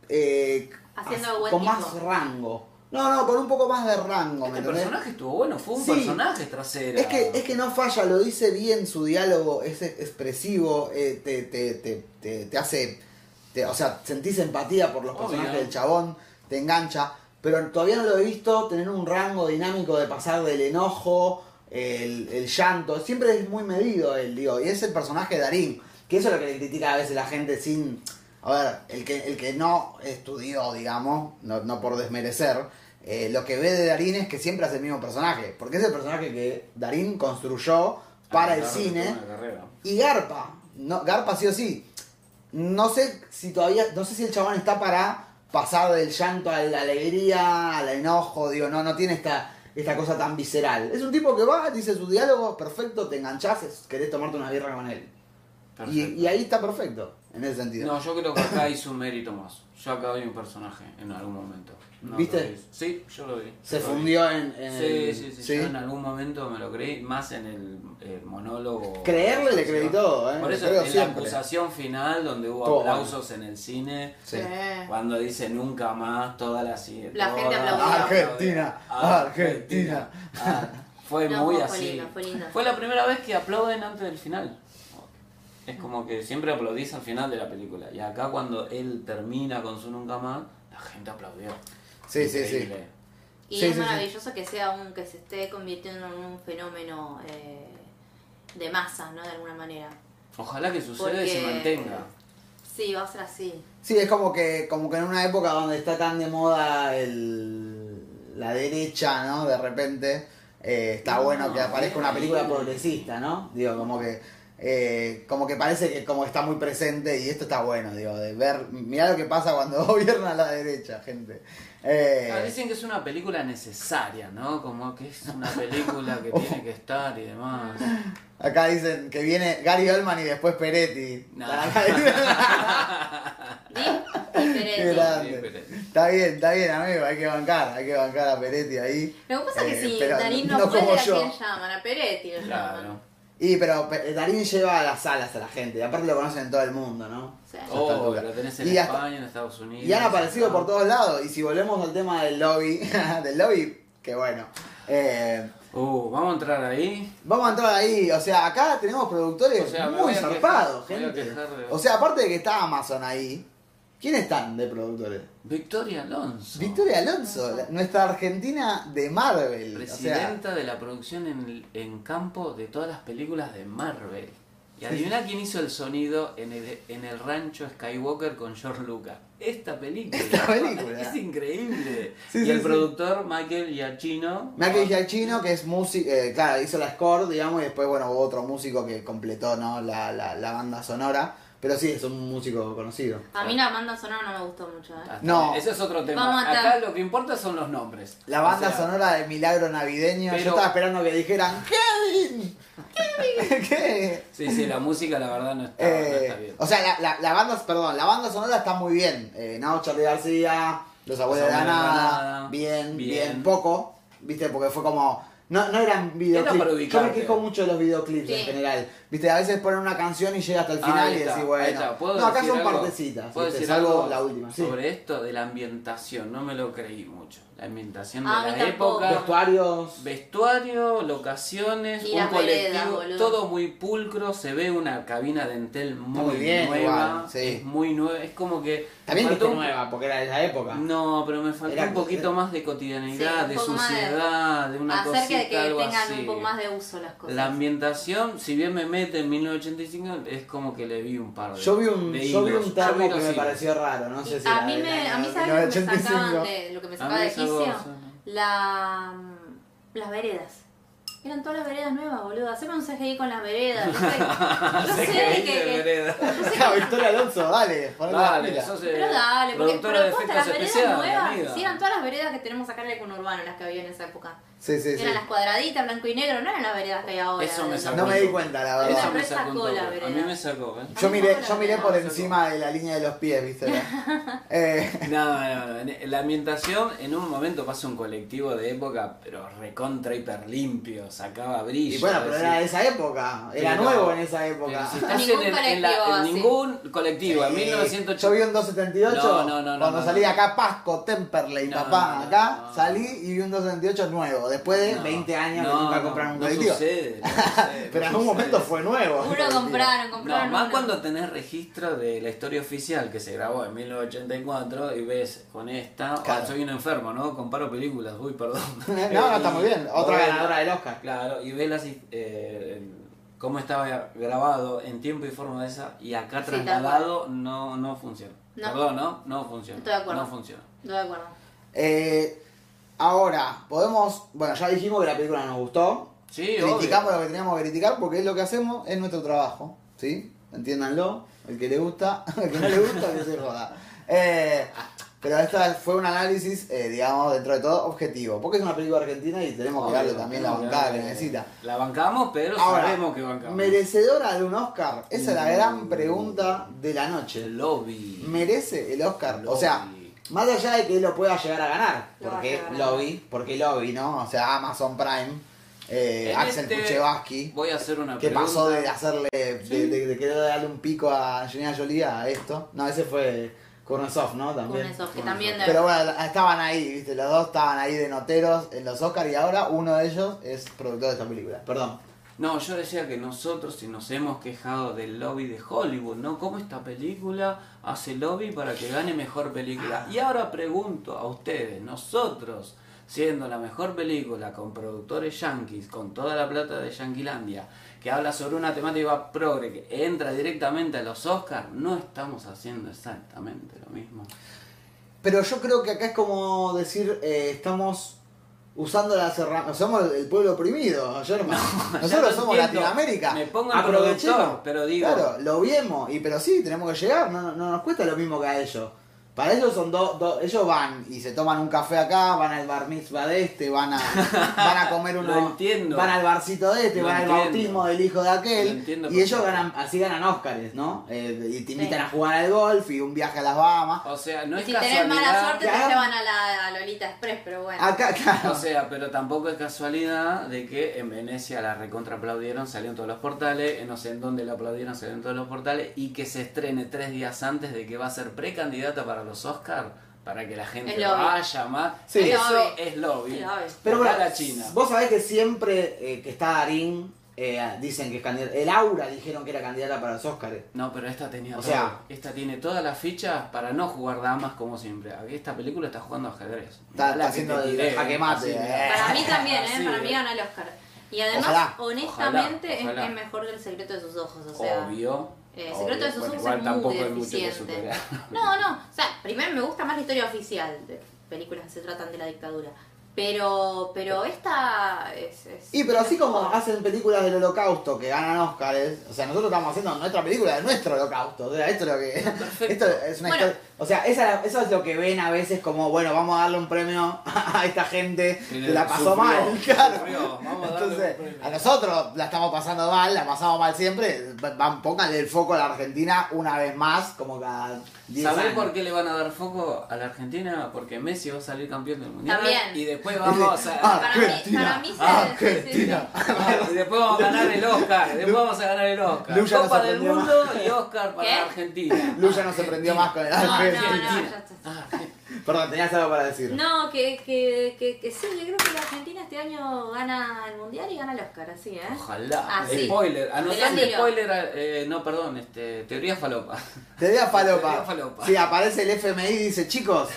eh, Haciendo as- buen con tipo. más rango. No, no, con un poco más de rango, ¿me Este entendés? personaje estuvo bueno, fue un Sí. personaje trasero. Es que, es que no falla, lo dice bien su diálogo, es expresivo, eh, te, te, te, te, te hace. te- o sea, sentís empatía por los Obvio. personajes del chabón, te engancha. Pero todavía no lo he visto tener un rango dinámico de pasar del enojo, el, el llanto. Siempre es muy medido él, digo. Y es el personaje de Darín. Que eso es lo que le critica a veces la gente sin. A ver, el que, el que no estudió, digamos, no, no por desmerecer, eh, lo que ve de Darín es que siempre hace el mismo personaje. Porque es el personaje que Darín construyó para el Agarró cine. Ah, una carrera. Y Garpa, no, Garpa sí o sí. No sé si todavía, no sé si el chabón está para pasar del llanto a la alegría, al enojo, digo, no, no tiene esta, esta cosa tan visceral. Es un tipo que va, dice su diálogo, perfecto, te enganchás, es- querés tomarte una birra con él. Y, Perfecto. y ahí está perfecto, en ese sentido. No, yo creo que acá hizo un mérito más. Yo acá vi un personaje en algún momento. No, ¿Viste? lo vi. Sí, yo lo vi. Se Lo vi. fundió en... en- Sí, sí, sí, Yo en algún momento me lo creí, más en el, el monólogo. Creerle le acreditó, ¿eh? Por le eso creo en la siempre. acusación final, donde hubo Todo aplausos en el cine, Sí. Sí. cuando dice nunca más, toda la cine. La gente toda- aplaudió. Argentina, Argentina. Ah, fue No, muy fue así. lindo, fue lindo. la primera vez que aplauden antes del final. Es como que siempre aplaudís al final de la película. Y acá cuando él termina con su nunca más, la gente aplaudió. Sí, sí, sí. Increíble. Y Sí, es sí, sí. maravilloso que sea un que se esté convirtiendo en un fenómeno eh, de masa, ¿no? De alguna manera. Ojalá que suceda y se Porque- mantenga. Sí, va a ser así. Sí, es como que, como que en una época donde está tan de moda el, la derecha, ¿no? De repente eh, está No, bueno que aparezca una bien. película progresista, ¿no? Digo, como que, eh, como que parece que como está muy presente y esto está bueno, digo, de ver, mirá lo que pasa cuando *laughs* gobierna la derecha, gente. Eh, Ah, dicen que es una película necesaria, ¿no? Como que es una película *laughs* Oh. que tiene que estar y demás. acá dicen que viene Gary *laughs* Oldman y después Peretti. No. Acá dicen- *laughs* ¿Sí? Diferente. Era- importante. Está bien, está bien, amigo, hay que bancar, hay que bancar a Peretti ahí. Lo que pasa es Eh, que si pero Darín no, no puede, como ¿a yo. quién llaman? A Peretti lo Claro. llaman. Y pero Pe- Darín lleva a las salas a la gente, y aparte lo conocen en todo el mundo, ¿no? Sí. Oh, lo tenés en Y hasta- España, en Estados Unidos. Y han aparecido por todos todos lados. Y si volvemos al tema del lobby, *laughs* del lobby, que bueno. Eh, Uh, vamos a entrar ahí. vamos a entrar ahí, o sea, acá tenemos productores O sea, me muy voy a quejar, zarpados, me voy a gente. quejar de- O sea, aparte de que está Amazon ahí, ¿quiénes están de productores? Victoria Alonso. Victoria Alonso, la- nuestra Argentina de Marvel. O sea, Presidenta de la producción en, en campo de todas las películas de Marvel. Y adivina quién hizo el sonido en el, en el rancho Skywalker con George Lucas. Esta película. Esta película. Es increíble. Sí, y sí, el sí. productor Michael Giacchino. Michael Giacchino, que es músico, eh, claro, hizo la score, digamos, y después, bueno, hubo otro músico que completó, ¿no? La, la, la banda sonora. Pero sí, es un músico conocido. A mí la banda sonora no me gustó mucho. ¿eh? Hasta- No. Ese es otro tema. Vamos a Acá estar- lo que importa son los nombres. La banda O sea, sonora de Milagro Navideño. Yo Pero- estaba esperando que dijeran Kevin. Kevin. *laughs* ¿Qué? Sí, sí, la música la verdad no está, no Ah, está Eh, bien. o sea, la, la, la banda, perdón, la banda sonora está muy bien. Eh, Nao Charlie García, Los Abuelos de la Abuelos de la Nada, Nada, bien, bien, bien. poco, ¿viste? Porque fue como. No, no eran videoclips. para Yo me ubicarte. quejo mucho de los videoclips en Sí. general. ¿Viste? A veces ponen una canción y llega hasta el Ah, final ahí y está, decís, ahí bueno. está. ¿Puedo No, acá decir son algo? partecita. ¿Puedo ¿viste? decir Salvo algo la última. Sí. sobre esto de la ambientación? No me lo creí mucho. La ambientación de Ah, A mí la tampoco. época, Vestuarios. vestuario, locaciones, Y un las veredas, colectivo, boludo. todo muy pulcro. Se ve una cabina de entel muy, Muy bien, nueva, igual, sí. es muy nueva, es como que También que faltó esté un- nueva, porque era de esa época. No, pero me faltó Era- eh. un poquito más de cotidianidad, Sí, un de poco más de- suciedad, de una Acerca cosita, de que algo tengan así. un poco más de uso las cosas. La ambientación, si bien me mete en 1985, es como que le vi un par de. Yo vi un, de yo vi hilos. un Yo termo vi que los me hilos. *laughs* pareció raro, no sé si a, era mí del me, año a mí, ¿sabes lo que me 1985. sacaban de, lo que me sacaba mí de es algo, quicio? o sea, no. La, mm, las veredas. Eran todas las veredas nuevas, boludo. Haceme un CGI con las veredas. No *laughs* sé, no sé Seguí que, de vereda. *laughs* Ah, *laughs* Victoria Alonso, dale, ponete las Dale, pilas. sos eh, Pero dale, porque productora de pero posta, efectos las veredas especiales. nuevas. amiga. Sí, eran todas las veredas que tenemos acá en el conurbano, las que había en esa época. Sí, sí, sí. Eran las cuadraditas, blanco y negro, no eran las veredas que hay ahora. Eso me ¿verdad? sacó. Ah, No me di cuenta, la Eso verdad. Era me re sacó un sacó la toque. A mí vereda. me sacó, ¿eh? Yo miré, yo miré por encima de la línea de los pies, *laughs* ¿viste? Eh, No, no, no, en- e, La ambientación, en un momento pasa un colectivo de época, pero recontra hiper limpio, sacaba brillo. y bueno, pero decís, era de esa época. Era Pero- nuevo en esa pero época. si estás Ningún en, el- en la- colectivo en así. ningún colectivo, en Sí. 1980. Yo vi un 278 No, no, no, no, cuando no, salí no. acá Pasco, Temperley, No, papá, no, no, acá no. salí y vi un 278 nuevo, después de No, 20 años no, que nunca no, compraron un no colectivo. *laughs* sucede, no sucede, Pero en no algún sucede. momento fue nuevo. el *laughs* Uno colectivo. compraron, No, compraron. más uno. cuando tenés registro de la historia oficial que se grabó en 1984 y ves con esta, ah, Claro. soy un enfermo, ¿no? Comparo películas, uy, perdón. *laughs* No, no, está muy *laughs* bien. Otra Otra ganadora del Oscar. Claro, y ves las, eh, cómo estaba grabado en tiempo y forma de esa y acá Sí, trasladado no, no funciona. No. Perdón, ¿no? No funciona. Estoy de acuerdo. No funciona. No de acuerdo. Eh, ahora, podemos. Bueno, ya dijimos que la película nos gustó. Sí, criticamos obvio. lo que teníamos que criticar porque es lo que hacemos, es nuestro trabajo. ¿Sí? Entiéndanlo. El que le gusta, *laughs* el que no le gusta, que se joda. Eh, pero esta fue un análisis, eh, digamos, dentro de todo, objetivo. Porque es una película argentina y tenemos que darle Obvio, también la obvio, bancada que eh, necesita. La bancamos, pero Ahora, sabemos que bancamos. ¿merecedora de un Oscar? Esa es la Mm. gran pregunta de la noche. El lobby. ¿Merece el Oscar? O Lobby. sea, más allá de que lo pueda llegar a ganar, Lo va a porque llegar a ganar. lobby, porque lobby, ¿no? O sea, Amazon Prime, eh, En Axel este- Kuchevaski, Voy a hacer una que pregunta. pasó de hacerle, de, de- de querer darle un pico a Angelina Jolie a esto. No, ese fue Kurnosov, ¿no? También. Kuznetsov, que Bueno, también Pero bueno, estaban ahí, viste, los dos estaban ahí de noteros en los Oscars y ahora uno de ellos es productor de esta película. Perdón. No, yo decía que nosotros si nos hemos quejado del lobby de Hollywood, ¿no? ¿Cómo esta película hace lobby para que gane mejor película? Y ahora pregunto a ustedes, nosotros, siendo la mejor película con productores yankees, con toda la plata de Yanquilandia, que habla sobre una temática progre que entra directamente a los Oscars, no estamos haciendo exactamente lo mismo. Pero yo creo que acá es como decir, eh, estamos usando las herramientas, somos el pueblo oprimido, yo no *laughs* me- Ya lo nosotros somos entiendo. Latinoamérica. Me pongo en Aprovechemos. productor, pero digo, Claro, lo viemos, y pero sí, tenemos que llegar, no, no nos cuesta lo mismo que a ellos. Para ellos son dos, dos- ellos van y se toman un café acá, van al bar mitzvah de este, van *laughs* a, van a comer uno, Lo entiendo. van al barcito de este, Lo van entiendo. al bautismo del hijo de Lo aquel, entiendo y ellos ganan, perfectamente. así ganan Óscares, ¿no? Eh, y te invitan Sí. a jugar al golf y un viaje a las Bahamas. O sea, no Y es si casualidad. tenés mala suerte Claro. te llevan a la a Lolita Express, pero bueno. Acá, claro. O sea, pero tampoco es casualidad de que en Venecia la recontra aplaudieron, salieron todos los portales, eh, no sé en dónde la aplaudieron, salieron todos los portales, y que se estrene tres días antes de que va a ser precandidata para los Oscars, para que la gente Es lobby. vaya más. Sí. Eso Lobby. es lobby. Es lobby. Pero bueno, Está la China. vos sabés que siempre eh, que está Darín, eh, dicen que es candidata. El Aura dijeron que era candidata para los Óscares. No, pero esta tenía O todo. sea- esta tiene todas las fichas para no jugar damas como siempre. Aquí Esta película está jugando ajedrez. Está- Mirá la está que te haciendo el tiré, jaque mate, así, eh. mirá. Para mí también, ¿eh? Así, Para mí eh. gana el Oscar. Y además, Ojalá. honestamente, es- Ojalá. Es, mejor que el secreto de sus ojos. O sea, obvio. eh, obvio. Secreto de sus Bueno, ojos igual es tampoco muy hay mucho que deficiente. superar. No, no. O sea, primero me gusta más la historia oficial de películas que se tratan de la dictadura. Pero, pero esta es. es- Y pero así como mejor. hacen películas del holocausto que ganan Óscares, o sea, nosotros estamos haciendo nuestra película de nuestro holocausto. O sea, esto es lo que. Esto es una Bueno. historia. O sea, esa- eso es lo que ven a veces como, bueno, vamos a darle un premio *laughs* a esta gente que la pasó Sufrió, mal. Claro. sufrió. Vamos a darle Entonces, un premio. a nosotros la estamos pasando mal, la pasamos mal siempre. Van, pónganle el foco a la Argentina una vez más, como cada 10 ¿Sabés años. por qué le van a dar foco a la Argentina? Porque Messi va a salir campeón del mundial. También. Y después vamos *laughs* a. *laughs* Para mí, para mí se. Ah, Argentina. sí, sí, sí. y después vamos a ganar el Oscar. Después vamos a ganar el Oscar. Luya no Copa se del prendió Mundo y Oscar para ¿Qué? la Argentina. Luya no se prendió más con el Ah, No, no, Argentina. no, ya está. Perdón, tenías algo para decir. No, que, que, que, que sí, yo creo que la Argentina este año gana el mundial y gana el Oscar, así, ¿eh? Ojalá. Ah, sí. Spoiler. Anotame Te la tiro. spoiler. a- eh, no, perdón. Este, *laughs* teoría falopa. Te dio a Te dio falopa. a falopa. Sí, aparece el FMI y dice, chicos,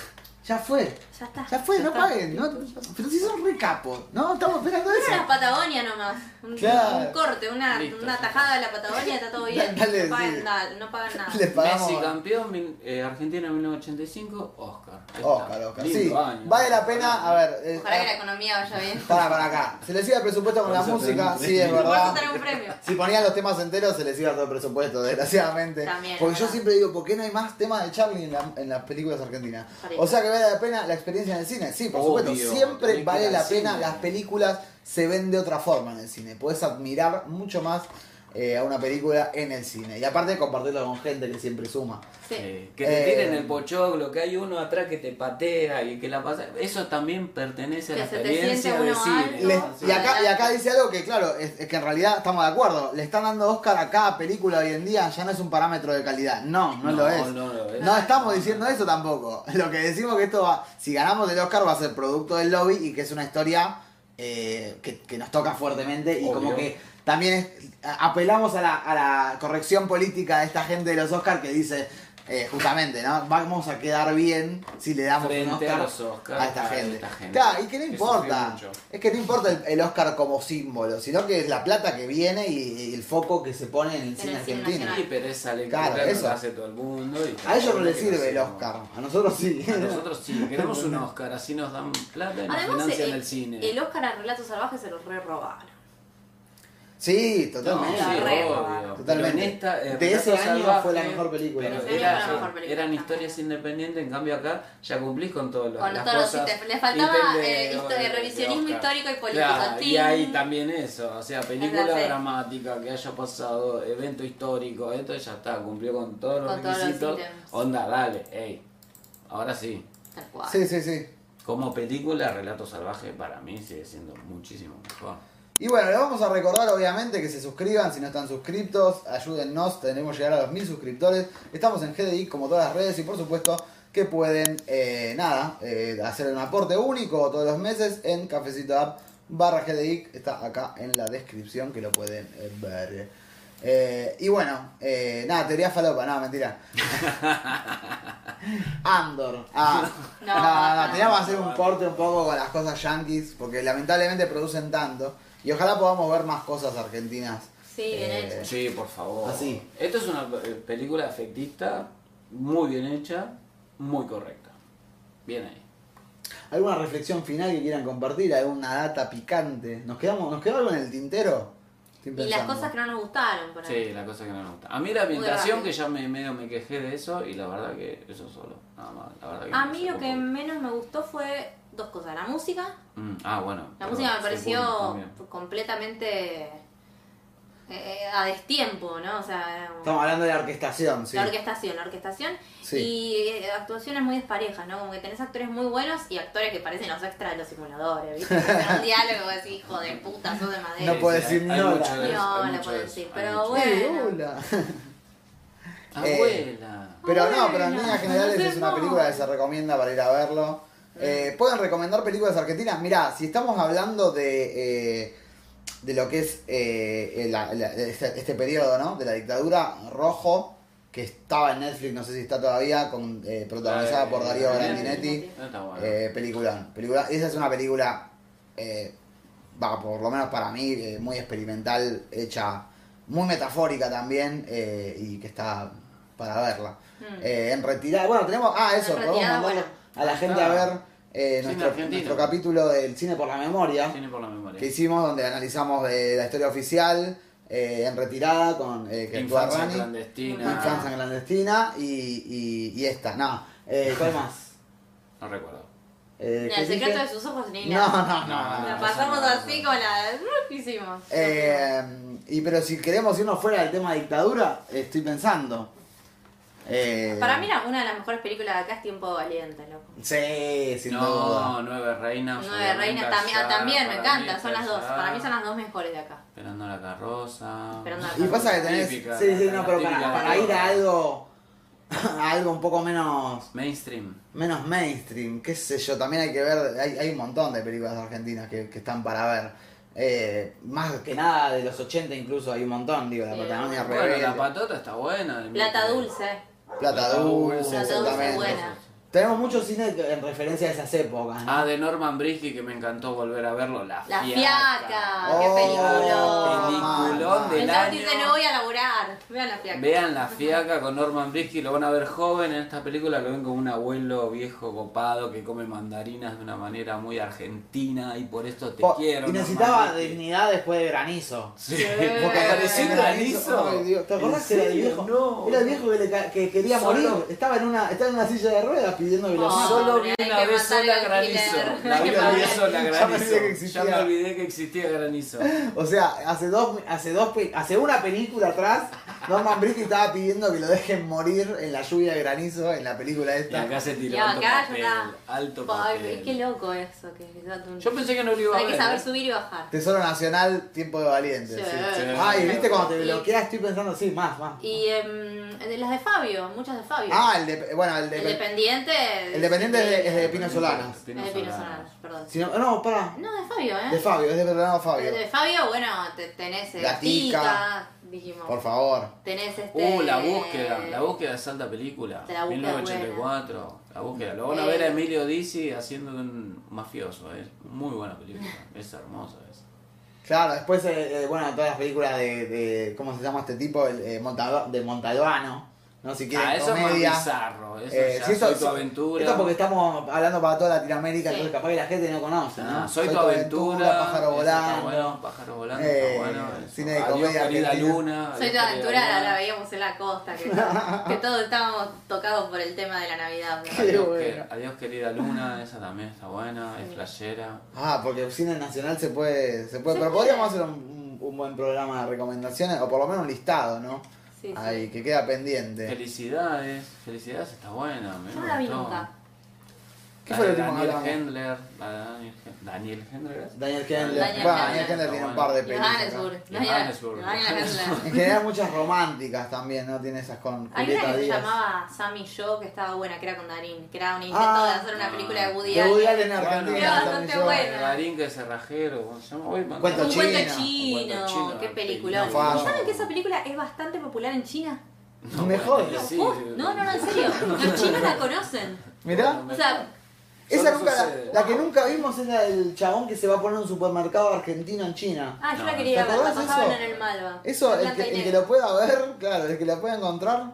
ya fue. Ya está. Ya fue, Ya no está. paguen. No, pero si son recapos, ¿no? Estamos esperando Era eso. la Patagonia nomás. Un, Claro. un corte, una, Listo, una ya tajada de la Patagonia, está *laughs* todo bien. Dale, no, pagan sí. nada, no pagan nada. *laughs* Les pagamos. Messi campeón, mil- eh, Argentina 1985, Oscar. Ahí está. Oscar, Oscar. Lindo Sí, año. vale la pena. A ver, eh, Ojalá que la economía vaya *laughs* bien. para, para acá. Se les iba el presupuesto con la Vamos a música, tener- sí, es Por eso verdad. tener un premio. Si ponían los temas enteros, se les iba todo el presupuesto, desgraciadamente. También, Porque es yo verdad. siempre digo, ¿por qué no hay más temas de Charlie en, la- en las películas argentinas? Parece. O sea que vale la pena la experiencia en el cine. Sí, por Obvio, supuesto, tenés siempre que vale ir la al pena. cine. Las películas se ven de otra forma en el cine. Podés admirar mucho más eh, a una película en el cine. Y aparte, compartirlo con gente que siempre suma. Sí. Eh, que te Eh, tiren el pochoclo, que hay uno atrás que te patea y que la pasa. Eso también pertenece a la Que se te experiencia siente de uno cine. alto. Le- No, y, acá, adelante. y acá dice algo que, claro, es, es que en realidad estamos de acuerdo. Le están dando Oscar a cada película hoy en día, ya no es un parámetro de calidad. No, no, lo es. No, lo es. No estamos diciendo eso tampoco. *laughs* Lo que decimos que esto va, si ganamos el Oscar va a ser producto del lobby y que es una historia eh, que, que nos toca fuertemente y Obvio. como que también es- a- apelamos a la, a la corrección política de esta gente de los Oscar que dice eh, justamente, ¿no? Vamos a quedar bien si le damos un Frente a Oscar los Oscars, a esta a gente. esta gente Claro, y que no que importa. sufrió mucho. Es que no importa el, el Oscar como símbolo, sino que es la plata que viene y, y el foco que se pone en el cine el cine argentino. nacional. Y pereza le Claro, claro, eso. lo hace todo el mundo. y- A ellos no les que sirve el hacemos. Oscar, a nosotros sí. A nosotros sí, queremos un Oscar, así nos dan plata y nos Además, financian el, el cine. el Oscar a Relatos Salvajes se los re robaron. Sí, No, sí, totalmente. La re obvio. robaron. Totalmente. Pero en esta, eh, De ese Relatos año Salvajes, fue la mejor película. pero Ese año era- fue la mejor película. Eran historias independientes, en cambio acá ya cumplís con todas las Con las todos los cosas. ítems. Le faltaba, ítems eh, histo- de- revisionismo de Oscar. histórico y político. Claro, y Ting. ahí también eso, o sea, película Entonces- dramática que haya pasado, evento histórico, esto ya está, cumplió con todos los Con todos los requisitos. ítems. Onda, dale, ey. Ahora sí, Tal cual. Sí, sí, sí. como película, Relato Salvaje para mí sigue siendo muchísimo mejor. Y bueno, les vamos a recordar obviamente que se suscriban si no están suscriptos, ayúdennos, tenemos que llegar a los mil suscriptores, estamos en GDI como todas las redes y por supuesto que pueden, eh, nada, eh, hacer un aporte único todos los meses en Cafecito App barra GDI, está acá en la descripción que lo pueden eh, ver. Eh, y bueno, eh, nada, teoría falopa, no, mentira. Andor. Ah, no, No, no, no, no. teníamos que hacer un corte un poco con las cosas yankees, porque lamentablemente producen tanto. Y ojalá podamos ver más cosas argentinas. Sí, bien Eh, hecho. Sí, por favor. Así. Esto es una eh, película efectista, muy bien hecha, muy correcta. Bien ahí. ¿Alguna reflexión final que quieran compartir? ¿Alguna data picante? ¿Nos, quedamos, ¿nos quedó algo en el tintero? Estoy Y las pensando. cosas que no nos gustaron, por ahí. Sí, la cosa que no me gusta. A mí la ambientación, que ya me, medio me quejé de eso, y la verdad que eso solo, nada más. La verdad que A me mí lo sacó que un menos me gustó fue dos cosas. La música. poco. Mm, ah, bueno. La perdón, música me sí, pareció también. completamente eh, eh, a destiempo, ¿no? O sea, era como- Estamos hablando de la orquestación, sí. la orquestación, la orquestación. ah, Sí. Y eh, actuaciones muy desparejas, ¿no? Como que tenés actores muy buenos y actores que parecen los extras de los simuladores, ¿viste? *laughs* Hacen un diálogo así, hijo de puta, sos de madera. No puedo decir hay- hay Lola. mucho de eso, No, hay no mucho puedo de eso, decir, hay pero mucho de Hey, Bueno. hola. eso. Eh, Abuela. Pero no, pero en Bueno, líneas generales es una no. película que se recomienda para ir a verlo. Eh, ¿Pueden recomendar películas argentinas? Mirá, si estamos hablando de, eh, de lo que es eh, la- la- este, este periodo, ¿no? De la dictadura rojo, que estaba en Netflix, no sé si está todavía, con, eh, protagonizada Eh, por Darío eh, Grandinetti. No está bueno. Eh, peliculón, película. Esa es una película, eh, va, por lo menos para mí, eh, muy experimental, hecha muy metafórica también eh, y que está para verla. Mm. Eh, en retirada, bueno, tenemos, ah, eso, En retirada, podemos mandarle bueno. a la Ah, gente a está. ver eh, Cine nuestro, argentino. nuestro capítulo del cine por la memoria Tiene por la memoria. que hicimos, donde analizamos eh, la historia oficial eh, en retirada con eh, que actúa Infancia Rani, clandestina. Infancia clandestina y, y- y esta, no, eh, *laughs* ¿cuál más? No recuerdo. Eh, Ni ¿qué el secreto dije? de sus ojos ni No, nada. no, no. No, no. La pasamos no, no, no. así con la. *laughs* ¿Qué hicimos? Eh, y pero si queremos irnos fuera del tema dictadura, estoy pensando. Eh, Para mí, la- una de las mejores películas de acá es Tiempo Valiente, loco. Sí, sin duda. No, Nueve Reinas. Nueve obviamente, Reinas también, ah, allá, también me para encanta, mí son las está dos. allá. Para mí son las dos mejores de acá. Esperando la carroza. Esperando la Y pasa que tenés. Típica, sí, sí, la- no, la pero para, típica para ir a carroza. algo. *laughs* a algo un poco menos. Mainstream. menos mainstream, qué sé yo. También hay que ver. Hay, hay un montón de películas argentinas que, que están para ver. Eh, más que nada de los 80 incluso hay un montón, digo, la Sí, Patagonia Bueno, Rebelde, la patota está buena. el Plata mito. Dulce. Plata Dulce, Plata Dulce, exactamente. buena. Tenemos muchos cines en referencia a esas épocas, ¿no? Ah, de Norman Brisky que me encantó volver a verlo. La, La fiaca. Fiaca. qué Oh, mamá. Peliculón del El año. Santi dice: No voy a laburar. Vean la fiaca. Vean la fiaca con Norman Brisky, lo van a ver joven en esta película, lo ven como un abuelo viejo copado que come mandarinas de una manera muy argentina y por esto te Po- quiero. y Norman necesitaba Brisky. dignidad después de granizo. Sí. Porque apareció Eh, ¿Apareció un granizo. Ay, Dios, ¿Te acordás que era el viejo? No. Era el viejo que, le ca- que quería Solo- morir. Estaba en, una, estaba en una silla de ruedas pidiendo que lo Oh. maten. Solo vi Hay una que vez matar sola al *laughs* granizo. killer. La vi Ya una me vez sola olvidé que granizo. Ya existía. me olvidé que existía granizo. O sea, hace dos, hace dos, pe- hace una película atrás, Norman Brisky estaba pidiendo que lo dejen morir en la lluvia de granizo en la película Y esta. acá se tiró Y alto acá papel. yo estaba- Alto Ay, qué papel. loco eso. Que que tanto un- Yo pensé que no lo iba a Hay ver. que saber ¿eh? subir y bajar. Tesoro Nacional, Tiempo de Valientes. Sí. sí. Sí. Ay, viste cuando te Y- bloqueas, estoy pensando así, más, más. Y em, de las de Fabio, muchas de Fabio. Ah, el de, bueno, el el de, dependiente. el dependiente es de, es de Pino Pino Solanas. Solanas. Es de Pino Solanas, perdón. Si no, no, pará. No, de Fabio, ¿eh? De Fabio, es de Fernando Fabio. De Fabio, bueno, te- tenés. eh, La Tita, Tica. dijimos. Por favor. Tenés este. Uh, la búsqueda, la búsqueda es alta película. La búsqueda es Este. 1984, la búsqueda. Lo van a ver a Emilio Dizzy haciendo de un mafioso, ¿eh? es muy buena película, es hermosa esa. Claro, después, eh, eh, bueno, todas las películas de, de- ¿Cómo se llama este tipo? El, eh, Montalba- de Montalbano. No, si quieren Ah, eso comedia. es más bizarro, eso Eh, ya, si esto- soy tu si- aventura. Esto porque estamos hablando para toda Latinoamérica, Sí. entonces capaz que la gente no conoce, Ah, ¿no? soy, tu aventura, eso Pájaro está volando. bueno, pájaro volando, Eh, está bueno. eso. cine de Adiós, comedia querida argentina. luna. Soy de adiós, querida aventura, la, la luna. veíamos en la costa, que, que todos estábamos tocados por el tema de la Navidad. ¿no? Qué Adiós, bueno. que- adiós, querida luna, esa también está buena, es flashera. Ah, porque el cine nacional se puede. Se puede Se pero puede. podríamos hacer un, un- un buen programa de recomendaciones, o por lo menos un listado, ¿no? Sí, sí. Ahí, que queda pendiente. Felicidades, felicidades está buena. me No la vi gustó. nunca. ¿Qué fue lo último que Daniel hablamos? Hendler, la de Daniel Hen- Daniel Hendler. ¿es? Daniel Hendler. Daniel bueno, Hendler. Daniel Hendler tiene un par de películas. Johannesburg. acá. Johannesburg. Johannesburg. Johannesburg. En general muchas románticas también, ¿no? Tiene esas con Hay una Julieta que se Díaz. llamaba Sammy Yo, que estaba buena, que era con Darín, que era un intento Ah, de hacer una ah. película de Woody De Woody Allen. Allen en Argentina. Era también bastante yo. buena. Garín que es cerrajero, ¿cómo se llama? Uy, man, Cuento Un no. chino. cuento Un chino, cuento chino, qué el peliculón. película ¿Y famosa. ¿Saben que esa película es bastante popular en China? No me jodas. Los Sí, ju- sí. no, no, no, en serio. Los chinos la conocen. Mirá. O sea, Esa Solo nunca, la, sucede. la que nunca vimos es la del chabón que se va a poner un supermercado argentino en China. ah, yo la No, quería ¿te ver, la acordás de pasaban eso? en el Malva. Eso, el Blanca que, y el que negro. lo pueda ver, claro, el que lo pueda encontrar,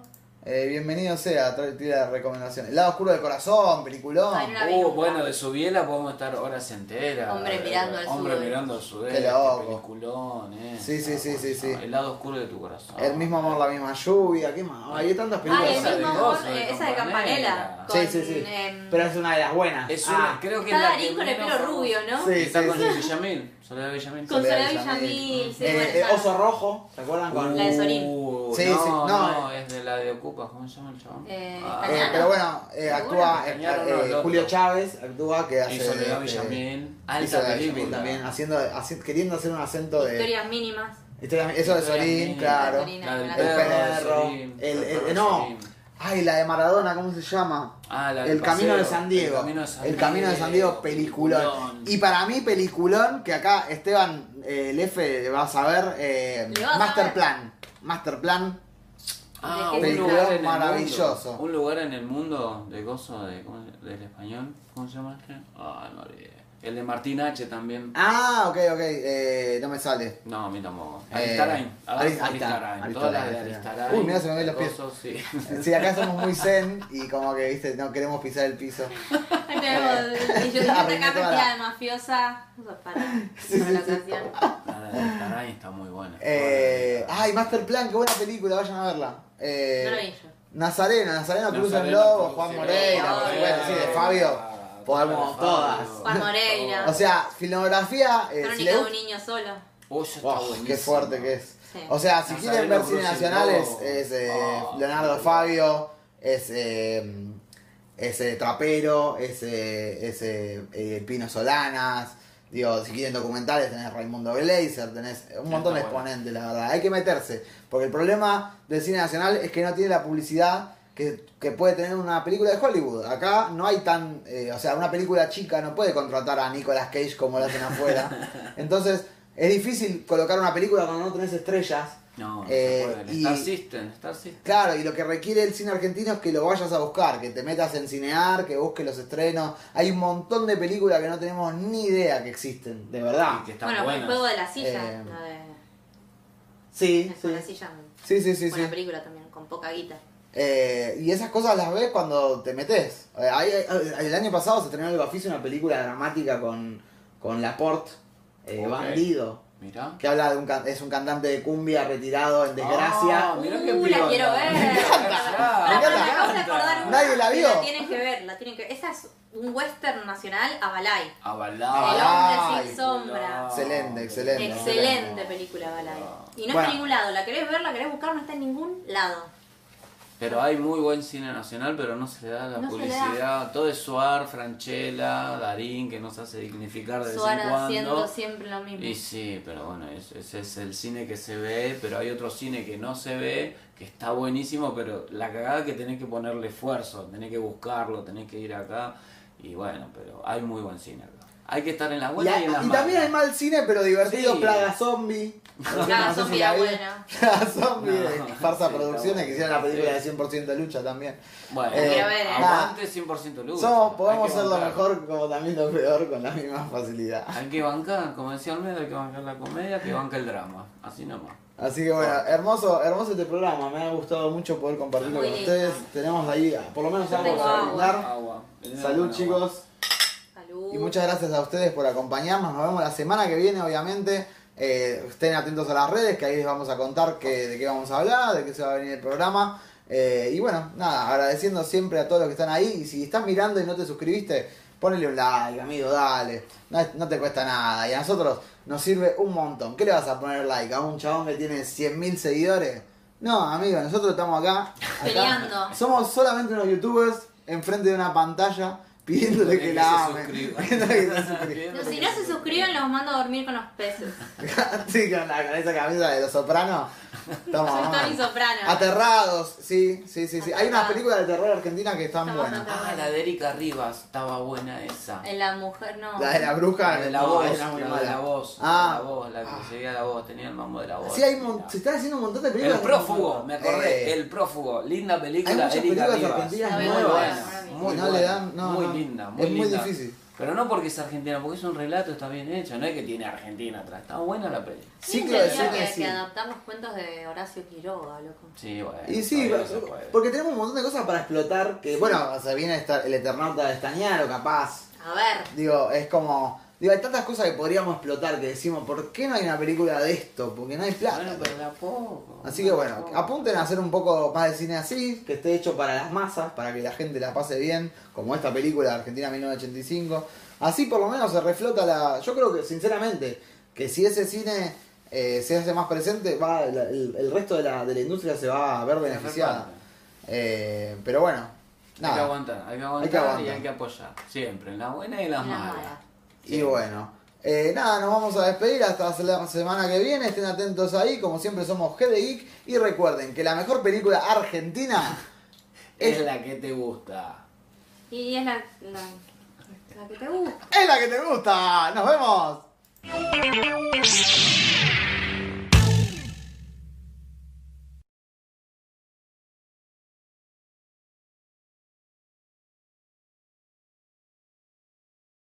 Eh, bienvenido sea, trae- tira recomendaciones. El lado oscuro del corazón, peliculón. Ay, no. Una Uh, virula. bueno, de su biela podemos estar horas enteras. Hombre mirando al Hombre sudeste. mirando al sudeste. Qué loco. Peliculón, eh. Sí, sí, sí, sí, sí. El lado oscuro de tu corazón. El mismo amor, la misma lluvia, ¿qué más? Ay, Hay tantas Ah, películas. el Esa de mismo amor, Gozo, de eh, esa de Campanella. Campanella. Con, Sí, sí, sí. em, Pero es una de las buenas. Es una, Ah, creo que está es la Darín que con el menos pelo famosa. rubio, ¿no? Sí, Está sí, con sí. el Villamil. Soledad Villamil. Con Soledad Soledad Villamil. Villamil. Sí, Eh, bueno, eh, está- Oso Rojo, ¿se acuerdan? Con... La de Sorín. Uh, Sí, no, sí, no, no, es de la de Ocupa. ¿Cómo se llama el chabón? Eh, Ah, Eh, pero bueno, eh, actúa eh, Engañaron eh, al otro. Julio Julio Chávez actúa que... que hace. y Soledad eh, Villamil. y Alta Soledad Villamil película. también, haciendo, haci- queriendo hacer un acento de. Historias mínimas. *laughs* Historia- eso de Soledad Sorín, Villamil, claro. Sorín. La del El perro, perro. de Sorín, el- el- perro de no. Sorín. Ay, la de Maradona, ¿cómo se llama? Ah, la del El Camino paseo, de San Diego. El Camino de San Diego. El Camino de San Diego, peliculón. Y para mí, peliculón, que acá Esteban, eh, el F, va a saber, eh, Lo va a Master saber. Plan. Master Plan. Ah, de un Peliculón lugar en el maravilloso. mundo, un lugar en el mundo de gozo de, ¿cómo se- del español. ¿Cómo se llama? este? Ah, no olvidé. El de Martín H. también. Ah, ok, ok, eh, no me sale. No, a mí tampoco. Eh, Aristarain. Ah, Ari- ahí está, Aristarain. Todas las Aristarain, de Aristarain. Aristarain. Uy, mirá, se me ven los pies. Eh, Gozo, sí. *laughs* Sí, acá somos muy zen y como que, viste, no queremos pisar el piso. *laughs* Ah, Tenemos- Y yo dije acá Arruiné toda la- vestida de mafiosa. Para, *laughs* Sí, para la sí, sí. canción. La de Aristarain está muy buena. Eh, Todas las de ay, Master Plan, qué buena película, vayan a verla. Eh, No lo vi Ah, yo. Nazareno, Nazareno Cruz en Nazareno Lobo, Cruz, Juan sí, Moreira, Lobo, por supuesto, sí, de Lobo. Fabio. ah, Podemos Fabio, todas. Juan Moreira. O sea, filmografía. eh, si Crónica le de gusta- un niño solo. Oh, eso está Wow, buenísimo. qué fuerte que es. Sí. O sea, si Nazareno quieren ver Cruz cine en nacional es, Lobo. es, eh, Ah, Leonardo sí. Fabio, es, eh, es, eh, Trapero, es, eh, es, eh, eh, Pino Solanas. Digo, si quieren documentales tenés Raimundo Glazer, tenés un montón de Está bueno. exponentes, la verdad. Hay que meterse. Porque el problema del cine nacional es que no tiene la publicidad que, que puede tener una película de Hollywood. Acá no hay tan... eh, o sea, una película chica no puede contratar a Nicolas Cage como lo hacen *laughs* afuera. Entonces, es difícil colocar una película cuando no tenés estrellas. No, no Eh, se puede. y- Star System, Star System. Claro, y lo que requiere el cine argentino es que lo vayas a buscar, que te metas en cinear, que busques los estrenos. Hay un montón de películas que no tenemos ni idea que existen, de verdad. Y que están Bueno, el buenas. juego de la silla. Eh, la de- Sí, es sí. una silla. Sí, sí, sí, sí. Buena película también, con poca guita. Eh, y esas cosas las ves cuando te metes. Eh, hay- hay- el año pasado se estrenó en el Bafisi una película dramática con, con Laporte, eh, Ok. Bandido, Mirá. que habla de un, can- es un cantante de cumbia retirado en desgracia. Ah, mirá qué Uh, la piola. quiero *laughs* ver. Me encanta. Mirá. Me Ahora, encanta. pará, me acabo de acordar una Nadie la que vio. La tienen que ver, la tienen que Esa es un western nacional a Balay. Avalá. Avalá. El hombre sin sombra. Excelente, excelente. Excelente película Balay. Y no Bueno. está en ningún lado. La querés ver, la querés buscar, no está en ningún lado. Pero hay muy buen cine nacional, pero no se le da la No se le da. publicidad. Todo es Suar, Franchella, Darín, que nos hace dignificar de vez en Suara haciendo cuando. siempre lo mismo. Y sí, pero bueno, es- ese es el cine que se ve, pero hay otro cine que no se ve, que está buenísimo, pero la cagada es que tenés que ponerle esfuerzo, tenés que buscarlo, tenés que ir acá. Y bueno, pero hay muy buen cine acá. Hay que estar en las Y, buenas y, hay- en las y malas. también hay mal cine, pero divertido, Sí. ah, Plaga Zombie. Plaga No sé si Zombie la era vi. buena. Plaga Zombie, No, de sí, Farsa está Producciones, bueno. que hicieron la película Sí. de 100% lucha también. Bueno, Eh, Quiero ver, eh. aguante 100% luz. Somos, Hay podemos que ser lo bancar. mejor como también lo peor con la misma facilidad. Hay que bancar, como decía Almeida, hay que bancar la comedia, que banca el drama. Así nomás. Así que bueno, hermoso, hermoso este programa, me ha gustado mucho poder compartirlo Muy con lindo. ustedes. Tenemos ahí, por lo menos Yo algo tengo para agua. brindar. Agua. Salud *laughs* chicos. Salud. Y muchas gracias a ustedes por acompañarnos. Nos vemos la semana que viene, obviamente. Eh, estén atentos a las redes, que ahí les vamos a contar que- de qué vamos a hablar, de qué se va a venir el programa. Eh, y bueno, nada, agradeciendo siempre a todos los que están ahí. Y si estás mirando y no te suscribiste, ponle un like, amigo, dale. No, es- no te cuesta nada. Y a nosotros nos sirve un montón. ¿Qué le vas a poner like a un chabón que tiene 100.000 seguidores? No, amigo, nosotros estamos acá. acá. Peleando. Somos solamente unos youtubers enfrente de una pantalla pidiéndole que la amen. *laughs* Pidiéndole que se *laughs* suscriba. No, si no se suscriben, los mando a dormir con los peces. Sí, con, la, con esa camisa de los sopranos. Estamos Soy mal. Tony Soprano. Aterrados, sí, sí, sí, sí. Hay unas Aterrados. películas de terror argentinas que están Estamos buenas. Ah, la de Erika Rivas estaba buena esa. En la mujer, no. La de la bruja, La de la Eh, no, voz, esa es la muy de mala. la voz, Ah. la voz, la que seguía la voz, tenía el mambo de la voz. Sí, hay un mon- se están haciendo un montón de películas. El prófugo, me acordé, Eh, el prófugo, linda Hay película, muchas Erika películas Rivas. argentinas La Muy vemos, nuevas. la vemos. muy no buena, le dan- no, muy no. linda, Es muy linda. difícil. Pero no porque es argentina, porque es un relato, está bien hecho, no es que tiene Argentina atrás, está buena la peli. Ciclo de Tenía cine, que, sí. que adaptar los cuentos de Horacio Quiroga, loco. Sí, bueno. Y sí, todavía se puede. porque tenemos un montón de cosas para explotar que, bueno, o sea, viene esta- el Eternauta de Estañaro, capaz. A ver, Digo, es como. Digo, hay tantas cosas que podríamos explotar que decimos, ¿por qué no hay una película de esto? Porque no hay Bueno, plata. pero de a poco. Así que bueno, apunten a hacer un poco más de cine así, Que esté hecho para las masas. para que la gente la pase bien, como esta película de Argentina 1985. Así por lo menos se reflota la... Yo creo que, sinceramente, que si ese cine eh, se hace más presente, va la- el, el resto de la, de la industria se va a ver beneficiada. Eh, pero bueno, Hay que nada. aguantar, hay que aguantar, y aguantar. hay que apoyar. Siempre, en las buenas y en las en la malas. mala. Y bueno. eh, nada, nos vamos a despedir hasta la semana que viene. Estén atentos ahí. Como siempre, somos G de Geek. Y recuerden que la mejor película argentina Es la que te gusta. Y es la, la, la que te gusta. es la que te gusta. ¡Nos vemos!